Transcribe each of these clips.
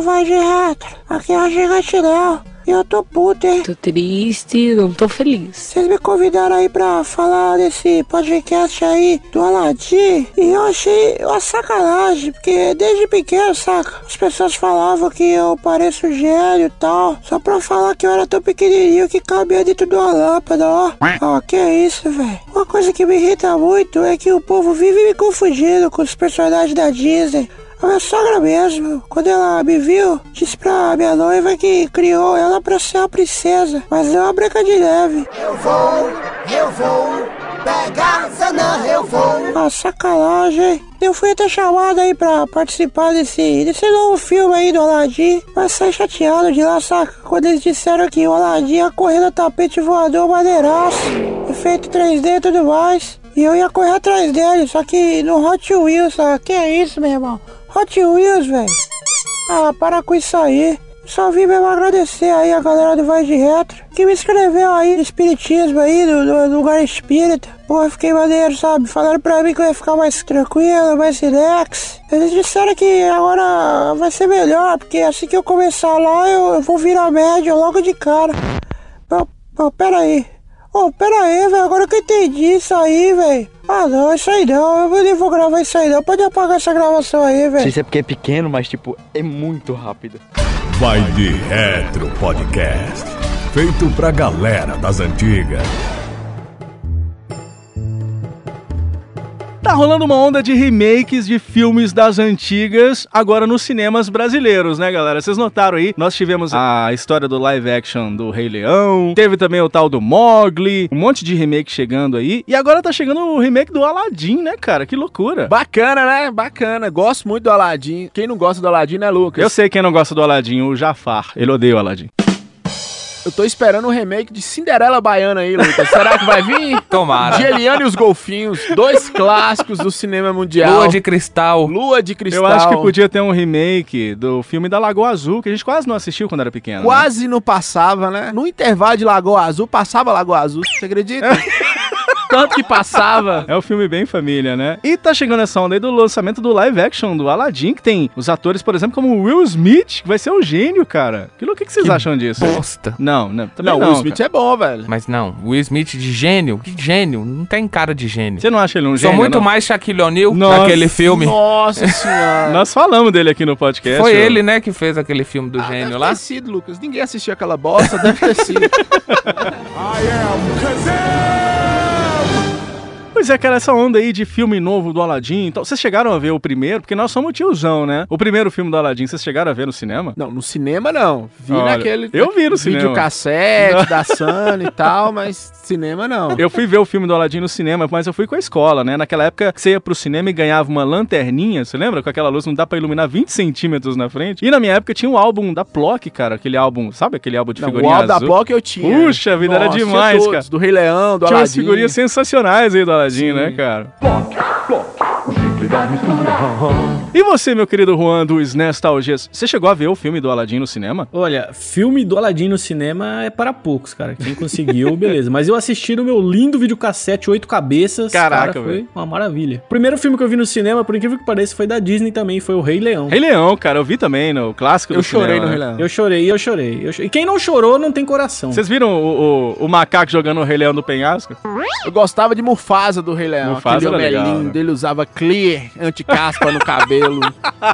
voz de rato. Aqui é a Gigante Léo. E eu tô puto, hein? Tô triste, não tô feliz. Vocês me convidaram aí pra falar desse podcast aí do Aladim e eu achei uma sacanagem, porque desde pequeno, saca? As pessoas falavam que eu pareço um gênio e tal, só pra falar que eu era tão pequenininho que cabia dentro de uma lâmpada, ó. Ó, que isso, velho. Uma coisa que me irrita muito é que o povo vive me confundindo com os personagens da Disney. A minha sogra mesmo, quando ela me viu, disse pra minha noiva que criou ela pra ser uma princesa, mas não a Branca de Neve. Eu vou, eu vou pegar zanã, eu vou. Ah, sacanagem. Eu fui até chamado aí pra participar desse, desse novo filme aí do Aladdin, mas saí chateado de lá, saca? Quando eles disseram que o Aladdin ia correr no tapete voador maneiraço, efeito 3D e tudo mais. E eu ia correr atrás dele, só que no Hot Wheels, saca? Que é isso, meu irmão? Hot Wheels, velho. Ah, para com isso aí. Só vim mesmo agradecer aí a galera do Vai de Retro que me escreveu aí no Espiritismo aí, do, do- do lugar espírita. Pô, eu fiquei maneiro, sabe? Falaram pra mim que eu ia ficar mais tranquilo, mais relax. Eles disseram que agora vai ser melhor, porque assim que eu começar lá, eu, eu vou virar médio logo de cara. Pô, pô, pera aí. Ô, pera aí, velho, agora que eu entendi isso aí, velho. Ah, não, isso aí não, eu nem vou gravar isso aí não. Pode apagar essa gravação aí, Não velho. sei se é porque é pequeno, mas tipo, é muito rápido. Vai de Retro Podcast. Feito pra galera das antigas. Tá rolando uma onda de remakes de filmes das antigas, agora nos cinemas brasileiros, né, galera? Vocês notaram aí? Nós tivemos a história do live action do Rei Leão, teve também o tal do Mogli, um monte de remake chegando aí, e agora tá chegando o remake do Aladdin, né, cara? Que loucura. Bacana, né? Bacana. Gosto muito do Aladdin. Quem não gosta do Aladdin é Lucas. Eu sei quem não gosta do Aladdin, o Jafar. Ele odeia o Aladdin. Eu tô esperando um remake de Cinderela Baiana aí, Lucas. Será que vai vir? Tomara. De Eliane e os Golfinhos, dois clássicos do cinema mundial. Lua de cristal. Lua de Cristal. Eu acho que podia ter um remake do filme da Lagoa Azul, que a gente quase não assistiu quando era pequeno. né? Quase não passava, né? No intervalo de Lagoa Azul, passava Lagoa Azul, você acredita? Tanto que passava. É um filme bem família, né? E tá chegando essa onda aí do lançamento do live action do Aladdin, que tem os atores, por exemplo, como o Will Smith, que vai ser o gênio, cara. Que, lou- o que, que vocês acham disso? Bosta. Não, não, também Não, não. o Will Smith cara. é bom, velho. Mas não, Will Smith de gênio. Que gênio? Não tem cara de gênio. Você não acha ele um Sou gênio? é- muito não? mais Shaquille O'Neal Nossa, naquele filme. Nossa senhora. Nós falamos dele aqui no podcast. Foi eu- ele, né, que fez aquele filme do Ah, gênio deve lá. ter sido, Lucas. Ninguém assistiu aquela bosta, deve ter sido. Pois é, cara, essa onda aí de filme novo do Aladdin. Então, vocês chegaram a ver o primeiro? Porque nós somos tiozão, né? O primeiro filme do Aladdin, vocês chegaram a ver no cinema? Não, no cinema não. Vi Olha, naquele. eu vi no cinema. Videocassete, da Sony e tal, mas cinema não. Eu fui ver o filme do Aladdin no cinema, mas eu fui com a escola, né? Naquela época, que você ia pro cinema e ganhava uma lanterninha, você lembra? Com aquela luz não dá pra iluminar 20 centímetros na frente. E na minha época tinha um álbum da Plock, cara. Aquele álbum, sabe aquele álbum de Não, o figurinha álbum da azul? Block eu tinha. Puxa vida, era tinha demais, todos, cara. Do Rei Leão, do Tinha umas Aladdin. figurinhas assim, sensacionais aí do Aladdin, né, cara? E você, meu querido Juan dos Nestalgias, você chegou a ver o filme do Aladdin no cinema? Olha, filme do Aladdin no cinema é para poucos, cara. Quem conseguiu, beleza. Mas eu assisti no meu lindo videocassete Oito Cabeças. Caraca, cara, velho. Foi uma maravilha. O primeiro filme que eu vi no cinema, por incrível que pareça, foi da Disney também, foi o Rei Leão. Rei Leão, cara, eu vi também no clássico Eu do cinema. chorei no né? Rei Leão. Eu chorei, eu chorei. eu cho- E quem não chorou não tem coração. Vocês viram o, o- o macaco jogando o Rei Leão do penhasco? Eu gostava de Mufasa do Rei Leão. Mufasa aquele era legal, homem lindo. né? Ele usava clear, anticaspa no cabelo.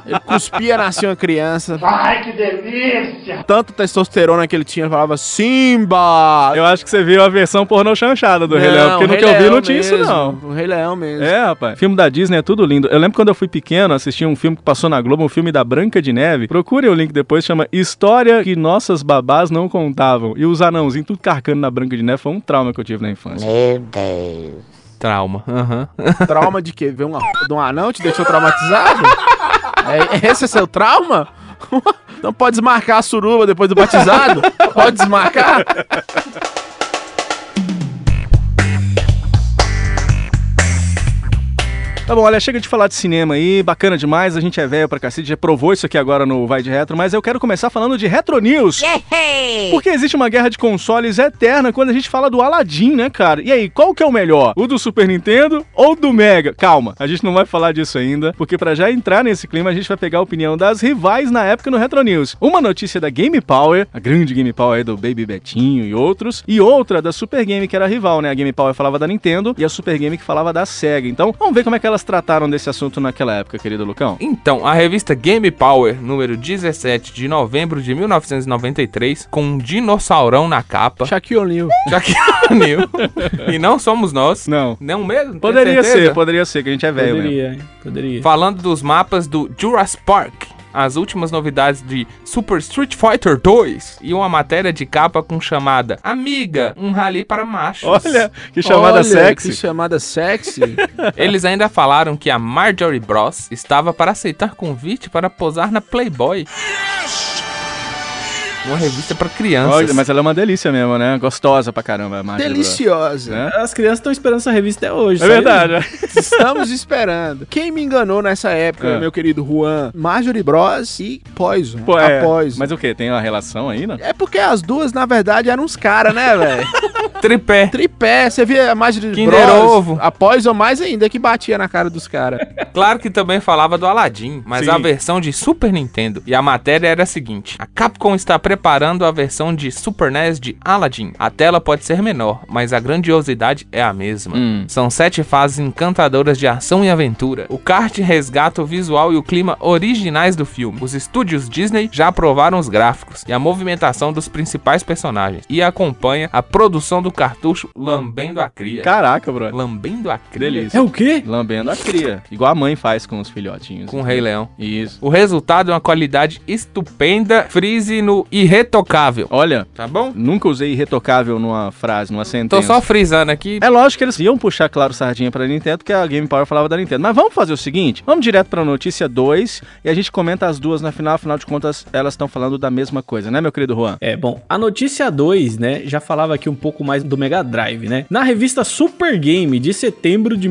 Ele cuspia, nascia uma criança. Ai, que delícia! Tanto testosterona que ele tinha, ele falava Simba! Eu acho que você viu a versão pornô chanchada do Rei Leão, porque no Rei que eu vi não Leão tinha isso, mesmo, não. O Rei Leão mesmo. É, rapaz. Filme da Disney é tudo lindo. Eu lembro quando eu fui pequeno, assisti um filme que passou na Globo, um filme da Branca de Neve. Procurem o link depois, chama História que Nossas Babás Não Contavam. E os anãozinhos tudo carcando na Branca de Neve foi um trauma que eu tive na infância. Trauma. Aham. Trauma de quê? Ver uma de um anão te deixou traumatizado? É, esse é seu trauma? Não pode desmarcar a suruba depois do batizado? Pode desmarcar? Tá bom, olha, chega de falar de cinema aí, bacana demais, a gente é velho pra cacete, já provou isso aqui agora no Vai de Retro, mas eu quero começar falando de Retro News. Porque existe uma guerra de consoles eterna quando a gente fala do Aladdin, né, cara? E aí, qual que é o melhor? O do Super Nintendo ou do Mega? Calma, a gente não vai falar disso ainda, porque pra já entrar nesse clima, a gente vai pegar a opinião das rivais na época no Retro News. Uma notícia da Game Power, a grande Game Power aí do Baby Betinho e outros, e outra da Super Game, que era a rival, né? A Game Power falava da Nintendo e a Super Game que falava da SEGA. Então, vamos ver como é que elas trataram desse assunto naquela época, querido Lucão. Então, a revista Game Power, número 17 de novembro de 1993, com um dinossaurão na capa. Shaquille O'Neal. Shaquille O'Neal. e não somos nós. Não. Não mesmo? Tem Poderia certeza? ser, poderia ser, que a gente é velho mesmo. Poderia, hein? Poderia. Falando dos mapas do Jurassic Park, as últimas novidades de Super Street Fighter 2 e uma matéria de capa com chamada Amiga, um rally para machos. Olha, que chamada Olha, sexy. Que chamada sexy. Eles ainda falaram que a Marjorie Bros estava para aceitar convite para posar na Playboy. Uma revista para crianças. Olha, mas ela é uma delícia mesmo, né? Gostosa pra caramba. a Marjorie Deliciosa. Né? As crianças estão esperando essa revista até hoje. Bro. É sabe? verdade. né? Estamos esperando. Quem me enganou nessa época, É. meu querido Juan? Marjorie Bros e Poison. Pô, a é. Poison. Mas o quê? Tem uma relação aí, né? É porque as duas, na verdade, eram uns caras, né, velho? Tripé. Tripé, você via a Marjorie Kinder Ovo. a Poison mais ainda, que batia na cara dos caras. Claro que também falava do Aladdin, mas Sim. a versão de Super Nintendo. E a matéria era a seguinte: a Capcom está preparando a versão de Super NES de Aladdin. A tela pode ser menor, mas a grandiosidade é a mesma. Hum. São sete fases encantadoras de ação e aventura. O kart resgata o visual e o clima originais do filme. Os estúdios Disney já aprovaram os gráficos e a movimentação dos principais personagens e acompanha a produção do cartucho lambendo a cria. Caraca, bro. Lambendo a Que cria. delícia. É o quê? Lambendo a cria. Igual a mãe faz com os filhotinhos. Com o Rei Leão. Isso. O resultado é uma qualidade estupenda, frise no irretocável. Olha, Tá bom? nunca usei irretocável numa frase, numa Tô sentença. Então só frisando aqui. É lógico que eles iam puxar, claro, sardinha pra Nintendo, porque a Game Power falava da Nintendo. Mas vamos fazer o seguinte: vamos direto pra notícia 2 e a gente comenta as duas na final. Afinal de contas, elas estão falando da mesma coisa, né, meu querido Juan? É, bom, a notícia 2, né, já falava aqui um pouco mais do Mega Drive, né? Na revista Super Game, de setembro de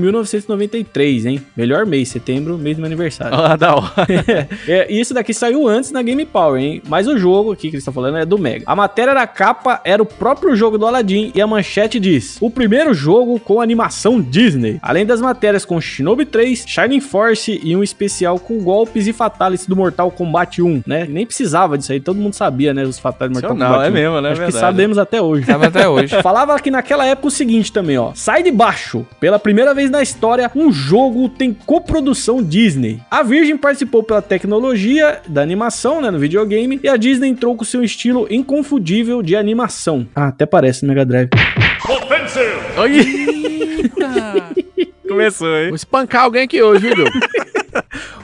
1993, hein? Melhor mês, setembro, mês do meu aniversário. Ah, da hora. É, e isso daqui saiu antes na Game Power, hein? Mas o jogo aqui que eles estão falando é do Mega. A matéria da capa era o próprio jogo do Aladdin e a manchete diz: O primeiro jogo com animação Disney. Além das matérias com Shinobi 3, Shining Force e um especial com golpes e fatalities do Mortal Kombat 1, né? Nem precisava disso aí, todo mundo sabia, né? Os fatalities do Mortal Não, Kombat é 1. mesmo, né? É Acho que verdade. sabemos até hoje. Tava até hoje. Falava que naquela época o seguinte também, ó. Sai de baixo. Pela primeira vez na história, um jogo tem coprodução Disney. A Virgin participou pela tecnologia da animação, né, no videogame, e a Disney entrou com seu estilo inconfundível de animação. Ah, até parece no Mega Drive. Começou, hein? Vou espancar alguém aqui hoje, viu, Bill?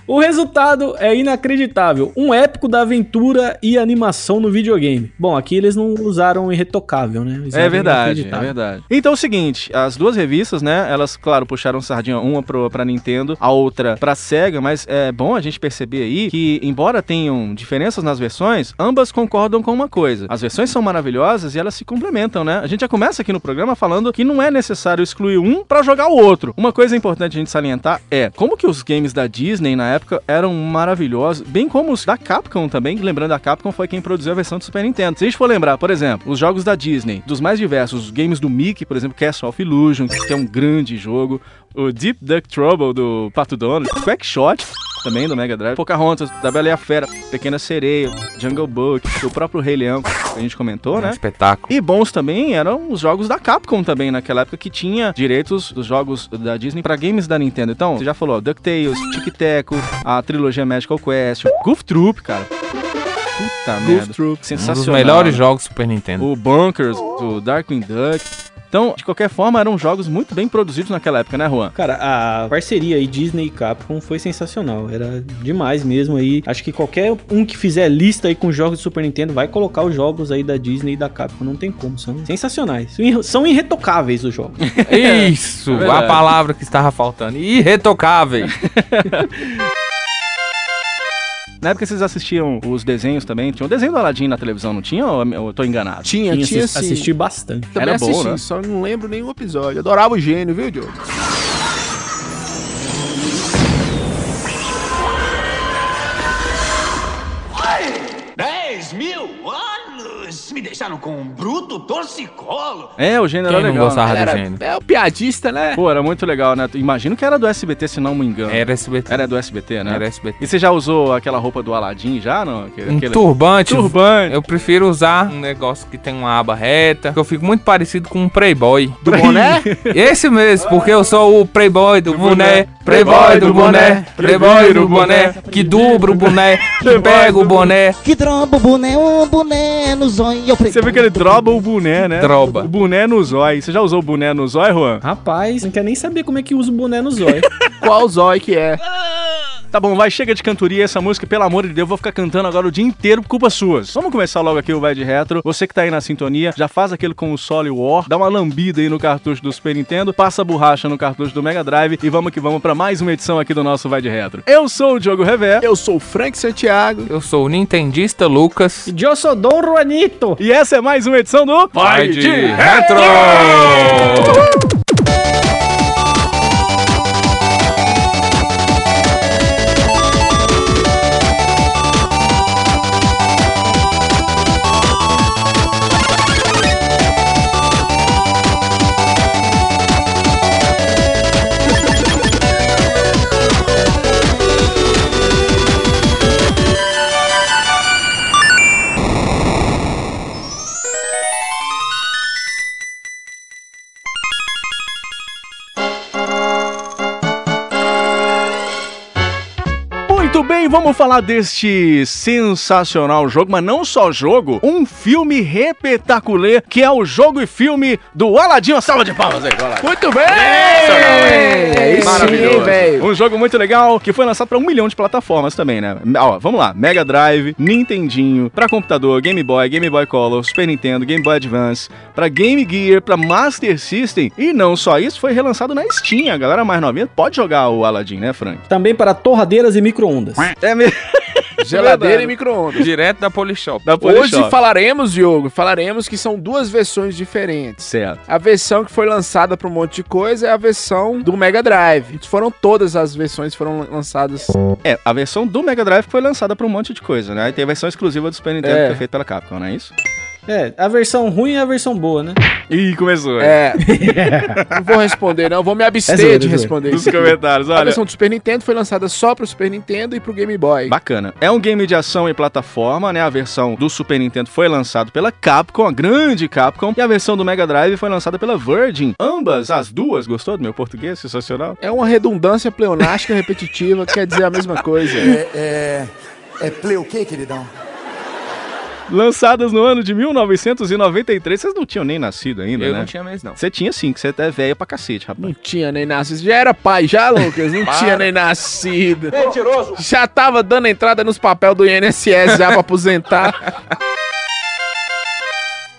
O resultado é inacreditável. Um épico da aventura e animação no videogame. Bom, aqui eles não usaram irretocável, né? Eles É usaram verdade, é inacreditável. verdade. Então é o seguinte, as duas revistas, né, elas, claro, puxaram sardinha uma pro, pra Nintendo, a outra pra Sega, mas é bom a gente perceber aí que, embora tenham diferenças nas versões, ambas concordam com uma coisa. As versões são maravilhosas e elas se complementam, né? A gente já começa aqui no programa falando que não é necessário excluir um pra jogar o outro. Uma coisa importante a gente salientar é como que os games da Disney na época eram maravilhosos, bem como os da Capcom também, que, lembrando a Capcom foi quem produziu a versão do Super Nintendo. Se a gente for lembrar, por exemplo, os jogos da Disney, dos mais diversos, os games do Mickey, por exemplo, Castle of Illusion, que é um grande jogo, o Deep Duck Trouble do Pato Donald, Quackshot também do Mega Drive, Pocahontas, da Bela e a Fera, Pequena Sereia, Jungle Book, o próprio Rei Leão, que a gente comentou, Um né? espetáculo. E bons também eram os jogos da Capcom também, naquela época que tinha direitos dos jogos da Disney pra games da Nintendo. Então, você já falou, ó, DuckTales, Tic Teco, a trilogia Magical Quest, o Goof Troop, cara. Puta merda. Troop. Um dos Sensacional. melhores né? jogos do Super Nintendo. O Bunkers, do Darkwing Duck. Então, de qualquer forma, eram jogos muito bem produzidos naquela época, né, Juan? Cara, a parceria aí Disney e Capcom foi sensacional. Era demais mesmo aí. Acho que qualquer um que fizer lista aí com jogos de Super Nintendo vai colocar os jogos aí da Disney e da Capcom. Não tem como, são sensacionais. São irre- São irretocáveis os jogos. Isso! É verdade. Então. a palavra que estava faltando. Irretocável. Na época vocês assistiam os desenhos também? Tinha o desenho do Aladdin na televisão, não tinha? Ou é eu tô enganado? Tinha, Tinha, tinha assis- sim. assisti bastante. Também Era bom, assisti, né? só não lembro nenhum episódio. Adorava o gênio, viu, Diogo? 10 mil anos! Me deixaram com um bruto torcicolo! É, o gênero Quem era não legal. gostava né? do Era- gênero? é o piadista, né? Pô, era muito legal, né? Imagino que era do SBT, se não me engano. Era SBT. Era do SBT, né? Era SBT. E você já usou aquela roupa do Aladim já, não? Aquele, Um aquele- turbante. Turbante. Eu prefiro usar um negócio que tem uma aba reta, que eu fico muito parecido com um Playboy. Do boné? Esse mesmo, porque eu sou o Playboy do boné, Playboy do boné, Playboy do boné, que dubra o boné, que pega o boné, Que droga, boné, um boné no zóio. Eu falei, Você viu que ele droba o boné, né? Droba. O boné no zói. Você já usou o boné no zói, Juan? Rapaz, não quer nem saber como é que usa o boné no zóio. Qual zói que é? Tá bom, vai, chega de cantoria. Essa música, pelo amor de Deus, eu vou ficar cantando agora o dia inteiro por culpa suas. Vamos começar logo aqui o Vai de Retro. Você que tá aí na sintonia, já faz aquele com o Sol e o War, dá uma lambida aí no cartucho do Super Nintendo, passa a borracha no cartucho do Mega Drive e vamos que vamos pra mais uma edição aqui do nosso Vai de Retro. Eu sou o Diogo Revé. Eu sou o Frank Santiago. eu sou o Nintendista Lucas. E eu sou Dom Juanito. E essa é mais uma edição do Vai de retro! Muito bem, vamos falar deste sensacional jogo, mas não só jogo, um filme repetaculê, que é o jogo e filme do Aladim. Uma salva de palmas aí, Aladim. Muito bem! É É isso isso Maravilhoso. aí, velho. Um jogo muito legal que foi lançado pra um milhão de plataformas também, né? Ó, vamos lá: Mega Drive, Nintendinho, pra computador, Game Boy, Game Boy Color, Super Nintendo, Game Boy Advance, pra Game Gear, pra Master System. E não só isso, foi relançado na Steam. A galera mais novinha pode jogar o Aladdin, né, Frank? Também para torradeiras e micro-ondas. É mesmo. Geladeira e micro-ondas. Direto da Polishop. Da Polishop. Hoje falaremos, Diogo, falaremos que são duas versões diferentes. Certo. A versão que foi lançada para um monte de coisa é a versão do Mega Drive. Foram todas as versões que foram lançadas. É, a versão do Mega Drive foi lançada pra um monte de coisa, né? E tem a versão exclusiva do Super Nintendo É. que foi feita pela Capcom, não é isso? É, a versão ruim é a versão boa, né? Ih, começou. É. É. não vou responder, não. Vou me abster É zoeira, de é zoeira. responder Dos isso. comentários, A olha. versão do Super Nintendo foi lançada só pro Super Nintendo e pro Game Boy. Bacana. É um game de ação e plataforma, né? A versão do Super Nintendo foi lançada pela Capcom, a grande Capcom, e a versão do Mega Drive foi lançada pela Virgin. Ambas, as duas, gostou do meu português? Sensacional. É uma redundância pleonástica repetitiva, que quer dizer a mesma coisa. É. É play o quê, queridão? Lançadas no ano de 1993. Vocês não tinham nem nascido ainda, Eu né? não tinha mês, não. Você tinha sim, que você é velha pra cacete, Não rapaz. tinha nem nascido. Já era pai, já, Lucas? Não tinha nem nascido. Mentiroso! Já tava dando entrada nos papéis do INSS já pra aposentar.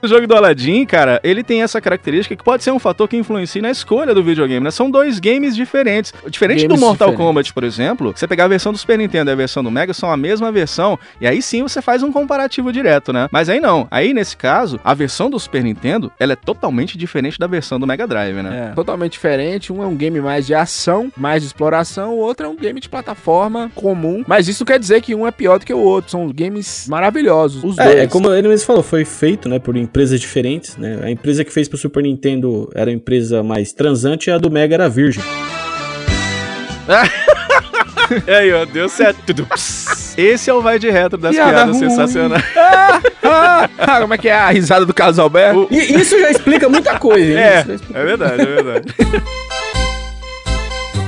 O jogo do Aladdin, cara, ele tem essa característica que pode ser um fator que influencia na escolha do videogame, né? São dois games diferentes. Diferente do Games Mortal diferentes. Kombat, por exemplo, você pegar a versão do Super Nintendo e a versão do Mega são a mesma versão, e aí sim você faz um comparativo direto, né? Mas aí não. Aí, nesse caso, a versão do Super Nintendo, ela é totalmente diferente da versão do Mega Drive, né? Totalmente diferente. Um é um game mais de ação, mais de exploração. O outro é um game de plataforma comum. Mas isso não quer dizer que um é pior do que o outro. São games maravilhosos. Os dois. É, é como ele mesmo falou, foi feito, né, por empresas diferentes, né? A empresa que fez pro Super Nintendo era a empresa mais transante e a do Mega era virgem. É. aí, ó, deu certo. Tudu. Esse é o vai de retro das Piada piadas ruim. sensacionais. Ah, como é que é a risada do Carlos Alberto? E isso já explica muita coisa, né? É, é verdade, é verdade.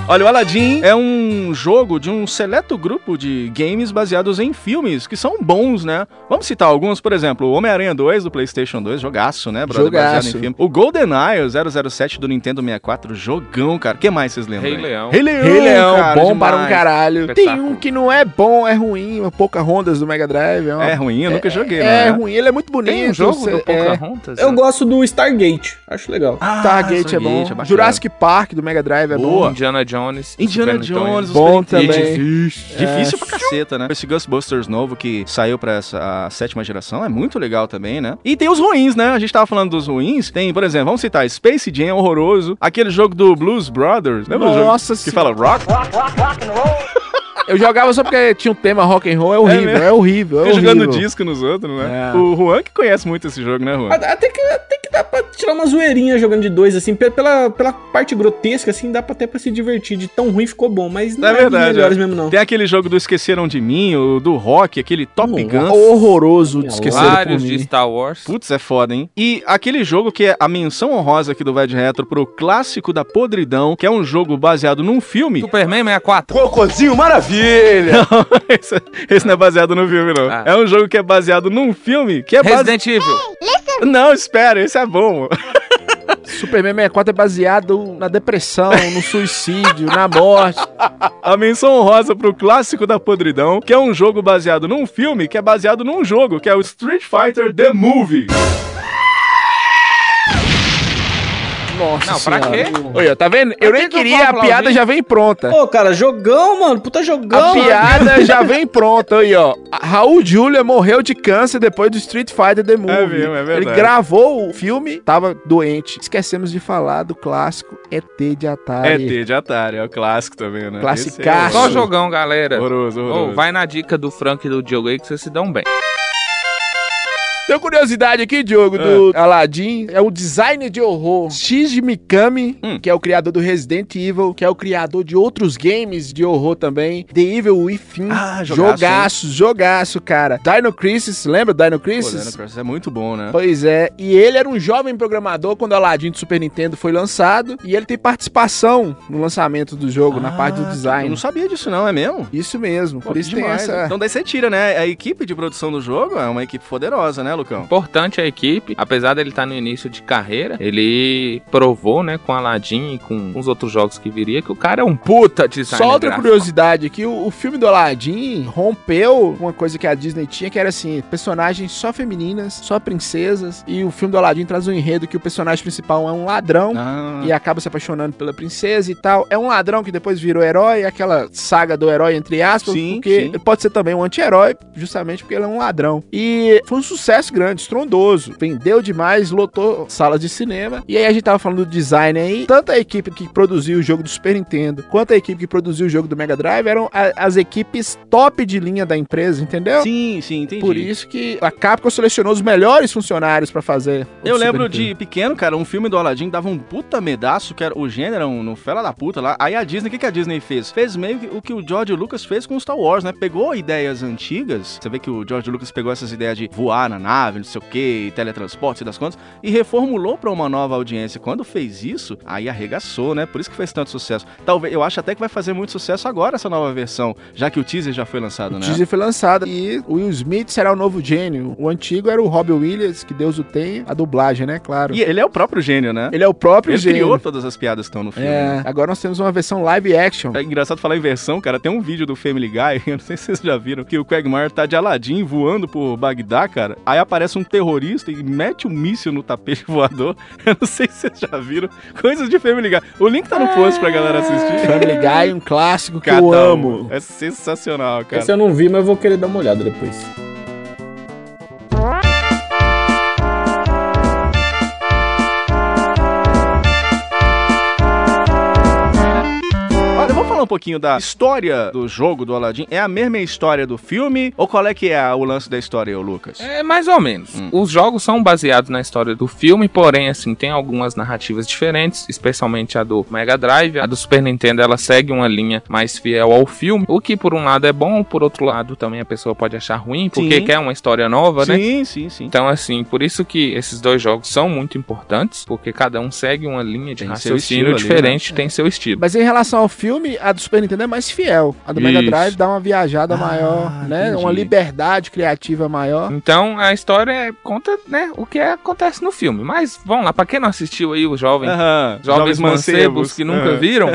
Olha, o Aladdin é um jogo de um seleto grupo de games baseados em filmes que são bons, né? Vamos citar alguns, por exemplo, o Homem-Aranha 2 do PlayStation 2, jogaço, né? brother? Jogaço. filme. O GoldenEye 007 do Nintendo 64, jogão, cara. O que mais vocês lembram? Rei aí? Leão. né? Rei Leão, Então, Rei Leão, cara, bom demais. para um caralho. Tem Espetáculo. um que não é bom, é ruim, uma pouca rondas do Mega Drive. É, uma- É ruim, eu nunca joguei, é né? ruim, ele é muito bonito. Tem um jogo você- do é, Pocahontas? né? Eu gosto do Stargate, acho legal. Ah, Stargate é bom. Stargate bacana. Jurassic Park do Mega Drive é Boa. bom. Indiana Jones. Indiana Super Nintendo. Jones, Bom os Super Nintendo. também. um Difícil, difícil pra caceta, né? Esse Ghostbusters novo que saiu pra essa a sétima geração é muito legal também, né? E tem os ruins, né? A gente tava falando dos ruins. Tem, por exemplo, vamos citar Space Jam, horroroso. Aquele jogo do Blues Brothers. Lembra o jogo? Nossa Que fala rock? Eu jogava só porque tinha um tema rock and roll, é horrível, mesmo? é, horrível, é Fica horrível. jogando disco nos outros, né? É. O Juan que conhece muito esse jogo, né, Juan? Até que, até que dá pra tirar uma zoeirinha jogando de dois, assim. pe- Pela, pela parte grotesca, assim, dá pra até pra se divertir. De tão ruim ficou bom, mas não É é, verdade, dos melhores é. mesmo, não. Tem aquele jogo do Esqueceram de Mim, o do Rock, aquele Top Nossa. Gun. Horroroso, de Olá. esquecer por Vários de mim. Star Wars. Putz, é foda, hein? E aquele jogo que é a menção honrosa aqui do Vai de Retro pro clássico da podridão, que é um jogo baseado num filme. Superman 64. Cocôzinho maravilha! Não, esse, esse não é baseado no filme, não. Ah. É um jogo que é baseado num filme que é baseado. Resident Evil. Não, espera, esse é bom. Superman 64 é baseado na depressão, no suicídio, na morte. A menção honrosa pro clássico da podridão, que é um jogo baseado num filme que é baseado num jogo, que é o Street Fighter The Movie. Nossa Não, pra quê? Olha, tá vendo? Eu nem que que eu queria, vou a piada aplaudir? já vem pronta. Pô, cara, jogão, mano. Puta jogão. A mano. piada já vem pronta aí, ó. A- Raul Julia morreu de câncer depois do Street Fighter The Movie. mesmo, é verdade. Ele gravou o filme, tava doente. Esquecemos de falar do clássico ET de É Atari. T de Atari, é o clássico também, né? Classicaço. Só Esse é jogão, galera. Horroroso, horroroso. Ô, vai na dica do Frank e do Diogo aí que vocês se dão bem. Tenho curiosidade aqui, Diogo, do Aladdin. É o designer de horror Shinji Mikami, Hum. que é o criador do Resident Evil, que é o criador de outros games de horror também. The Evil Within. Ah, jogaço, jogaço, jogaço, cara. Dino Crisis, lembra do Dino Pô, Dino Crisis? Crisis é muito bom, né? Pois é, e ele era um jovem programador quando o Aladdin do Super Nintendo foi lançado, e ele tem participação no lançamento do jogo, na parte do Ah, design. Eu não sabia disso não, é mesmo? Isso mesmo, por Pô, isso demais. tem essa... Então daí você tira, né? A equipe de produção do jogo é uma equipe poderosa, né, Lucão? Importante a equipe, apesar dele estar no início de carreira, ele provou, né, com Aladdin e com os outros jogos que viria, que o cara é um puta designer. Só outra gráfico. curiosidade aqui, o, o filme do Aladdin rompeu uma coisa que a Disney tinha, que era assim, personagens só femininas, só princesas, e o filme do Aladdin traz um enredo que o personagem principal é um ladrão, Ah, e acaba se apaixonando pela princesa e tal. É um ladrão que depois virou herói, aquela saga do herói, entre aspas, Sim, porque sim. ele pode ser também um anti-herói, justamente porque ele é um ladrão. E foi um sucesso grande, estrondoso. Vendeu demais, lotou salas de cinema. E aí a gente tava falando do design aí. Tanto a equipe que produziu o jogo do Super Nintendo, quanto a equipe que produziu o jogo do Mega Drive eram a- as equipes top de linha da empresa, entendeu? Sim, sim, entendi. Por isso que a Capcom selecionou os melhores funcionários pra fazer. o Eu Super lembro Nintendo. de pequeno, cara, um filme do Aladdin dava um puta medaço, que era o gênero era um no fela da puta lá. Aí a Disney, o que, que a Disney fez? Fez meio que o que o George Lucas fez com Star Wars, né? Pegou ideias antigas. Você vê que o George Lucas pegou essas ideias de voar na nave, não sei o que, teletransporte, sei das contas, e reformulou pra uma nova audiência. Quando fez isso, aí arregaçou, né? Por isso que fez tanto sucesso. Talvez, eu acho até que vai fazer muito sucesso agora essa nova versão, já que o teaser já foi lançado, O né? teaser foi lançado e o Will Smith será o novo gênio. O antigo era o Robbie Williams, que Deus o tenha. A dublagem, né? Claro. E ele é o próprio gênio, né? Ele é o próprio Ele gênio. criou todas as piadas que estão no filme. né? É. Agora nós temos uma versão live action. É engraçado falar em versão, cara. Tem um vídeo do Family Guy, eu não sei se vocês já viram, que o Quagmire tá de Aladdin voando por Bagdá, cara. Aí aparece um terrorista e mete um míssil no tapete voador. Eu não sei se vocês já viram. Coisas de Family Guy. O link tá no post pra galera assistir. Family Guy, um clássico que eu Cada um. amo. É sensacional, cara. Esse eu não vi, mas eu vou querer dar uma olhada depois. Olha, vamos falar um pouquinho da história do jogo do Aladdin. É a mesma história do filme? Ou qual é que é o lance da história, ô Lucas? É, mais ou menos. Hum. Os jogos são baseados na história do filme, porém, assim, tem algumas narrativas diferentes, especialmente a do Mega Drive. A do Super Nintendo, ela segue uma linha mais fiel ao filme, o que por um lado é bom, por outro lado também a pessoa pode achar ruim, porque Sim. quer uma história nova, né? Sim, sim, sim. Então, assim, por isso que esses dois jogos são muito importantes, porque cada um segue uma linha de Tem seu estilo raciocínio ali, né? É. diferente, tem seu estilo. Mas em relação ao filme, a do Super Nintendo é mais fiel. A do Mega Isso. Drive dá uma viajada Ah, maior, né? entendi. Uma liberdade criativa maior. Então a história é- conta, né, o que acontece no filme. Mas vamos lá, pra quem não assistiu aí o jovem Aham. Jovens mancebos que nunca Aham. viram.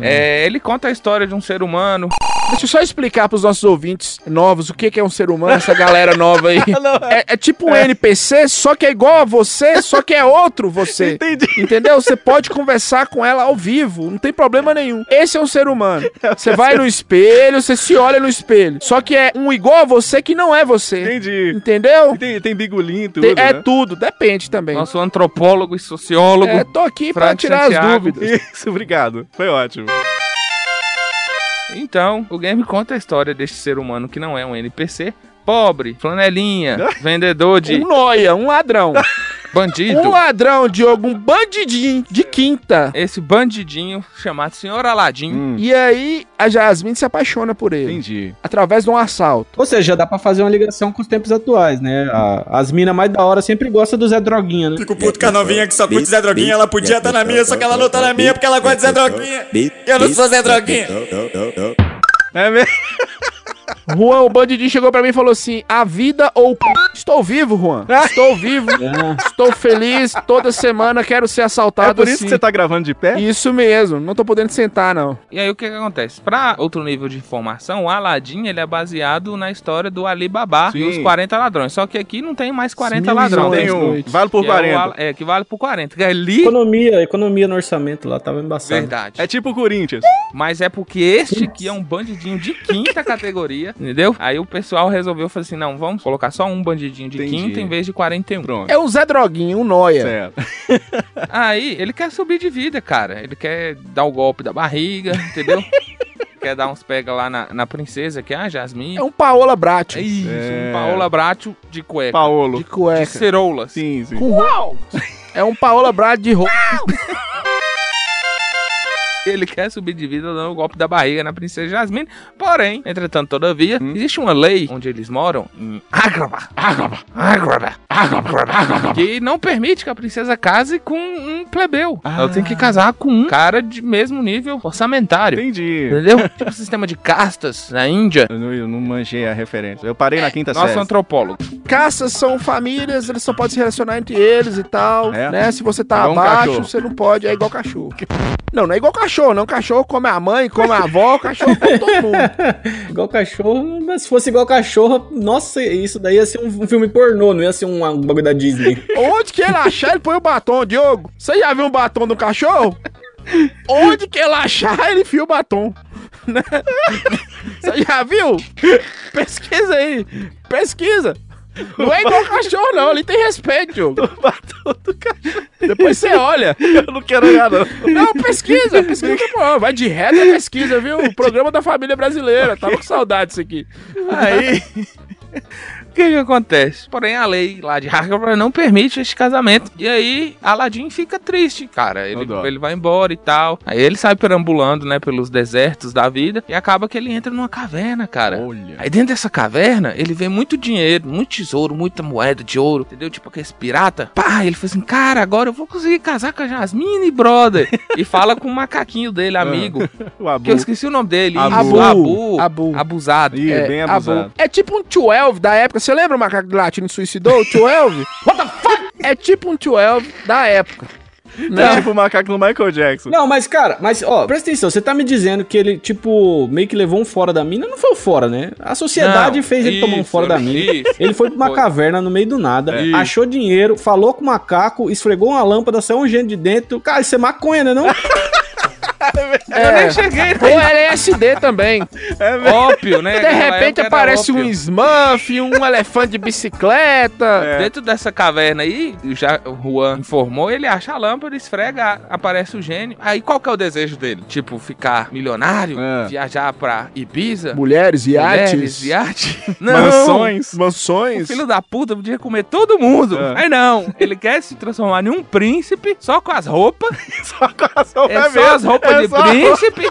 É, ele conta a história de um ser humano. Deixa eu só explicar pros nossos ouvintes novos o que, que é um ser humano, essa galera nova aí. Ah, É, é tipo um NPC, só que é igual a você, só que é outro você. Entendi. Entendeu? Você pode conversar com ela ao vivo, não tem problema nenhum. Esse é um ser humano. Você vai no espelho, você se olha no espelho. Só que é um igual a você que não é você. Entendi. Entendeu? E Tem, tem bigolinho e tudo, Tem- é né? tudo, depende também. Nosso antropólogo e sociólogo. É, tô aqui pra Frank tirar as Santiago. dúvidas. Isso, obrigado. Foi ótimo. Então, o game conta a história deste ser humano que não é um NPC, pobre, flanelinha, vendedor de Um noia, um ladrão. bandido. um ladrão, Diogo, um bandidinho de quinta. Esse bandidinho chamado Senhor Aladim. E aí a Jasmine se apaixona por ele. Entendi. Através de um assalto. Ou seja, dá pra fazer uma ligação com os tempos atuais, né? A- as minas mais da hora sempre gostam do Zé Droguinha, né? Fico puto com a novinha que só curte Zé Droguinha. Ela podia estar na minha, só que ela não tá na minha porque ela gosta de Zé Droguinha. Eu não sou Zé Droguinha. É mesmo? Juan, o bandidinho chegou pra mim e falou assim: a vida ou. p***?" Estou vivo, Juan. Estou vivo. Estou feliz. Toda semana quero ser assaltado. É por assim. isso que você tá gravando de pé? Isso mesmo, não tô podendo sentar, não. E aí o que, que acontece? Pra outro nível de informação, o Aladim ele é baseado na história do Alibaba Sim. e os 40 ladrões. Só que aqui não tem mais 40 Sim, ladrões. não Tem das um. noites. Vale por Que é o Ala- 40. É, que vale por 40. que Ali. Economia, economia no orçamento lá tava embaçado. Verdade. É tipo o Corinthians. Mas é porque este aqui é um bandidinho de quinta categoria, entendeu? Aí o pessoal resolveu falar assim: não, vamos colocar só um bandidinho de Entendi. quinta em vez de 41. Pronto. É um Zé Droguinho, um noia. Certo. Aí ele quer subir de vida, cara. Ele quer dar o golpe da barriga, entendeu? quer dar uns pega lá na, na princesa, que é a Jasmine. É um Paola Brat. É isso, É. um Paola Bracho de cueca. Paolo. De cueca. de ceroula. Sim, sim. Com roupa. É um Paola Brat de roupa. Ele quer subir de vida dando o golpe da barriga na princesa Jasmine. Porém, entretanto, todavia, existe uma lei onde eles moram em Agraba. Agraba. Agraba. Agraba. Agraba. Que não permite que a princesa case com um plebeu. Ela tem que casar com um cara de mesmo nível orçamentário. Entendi. Entendeu? tipo um sistema de castas na Índia. Eu não, eu não manjei a referência. Eu parei na quinta Nosso série. antropólogo. Caças são famílias, eles só podem se relacionar entre eles e tal. É. Né? Se você tá Igual um abaixo, cachorro. você não pode. É igual cachorro. Não, não é igual cachorro, não. Cachorro come a mãe, come a avó, cachorro come todo mundo. Igual cachorro, mas se fosse igual cachorro, nossa, isso daí ia ser um, um filme pornô, não ia ser um, um bagulho da Disney. Onde que ele achar, ele põe o batom, Diogo. Você já viu um batom do cachorro? Onde que ele achar, ele enfia o batom. Né? Você já viu? Pesquisa aí. Pesquisa. Não é igual cachorro, não. Ali tem respeito, Diogo. batom do cachorro. Depois você olha. Eu não quero olhar, não. Não, pesquisa. Pesquisa que pô, Vai de reta pesquisa, viu? O programa da família brasileira. Tava com saudade disso aqui. Aí. O que, que acontece? Porém, a lei lá de Harcourt não permite este casamento. E aí, Aladdin fica triste, cara. Ele, dó. ele vai embora e tal. Aí ele sai perambulando, né, pelos desertos da vida. E acaba que ele entra numa caverna, cara. Olha. Aí dentro dessa caverna, ele vê muito dinheiro, muito tesouro, muita moeda de ouro, entendeu? Tipo aqueles pirata. Pá, ele fala assim, cara, agora eu vou conseguir casar com a Jasmine, brother. e fala com o macaquinho dele, amigo. O Abu. que eu esqueci o nome dele. Ah. Abu. Abu. Abu. Abusado. Ih, É, bem a bu- abusado. É tipo um 12 da época. Você lembra o macaco de latino que suicidou? O 12? What the fuck? É tipo um 12 da época. Né? É tipo o macaco do Michael Jackson. não, mas cara, mas ó, presta atenção, você tá me dizendo que ele, tipo, meio que levou um fora da mina, não foi o fora, né? A sociedade Não, fez ele tomar um isso, fora da mina. isso. Ele foi pra uma Foi. caverna no meio do nada, É. achou dinheiro, falou com o macaco, esfregou uma lâmpada, saiu um gênio de dentro. Cara, isso é maconha, né? Não? Eu nem cheguei, É. Ou LSD também. Ópio, né? De repente aparece um um Smurf, um elefante de bicicleta. Dentro dessa caverna aí, já o Juan informou, ele acha a lâmpada, esfrega, aparece o gênio. Aí qual que é o desejo dele? Tipo, ficar milionário? É. Viajar pra Ibiza? Mulheres, Mulheres, Iate? Não! Mansões. O Mansões. filho da puta podia comer todo mundo. É. Aí não, ele quer se transformar em um príncipe, só com as roupas, Só com a sopa É, só mesmo. as roupas É de só a príncipe.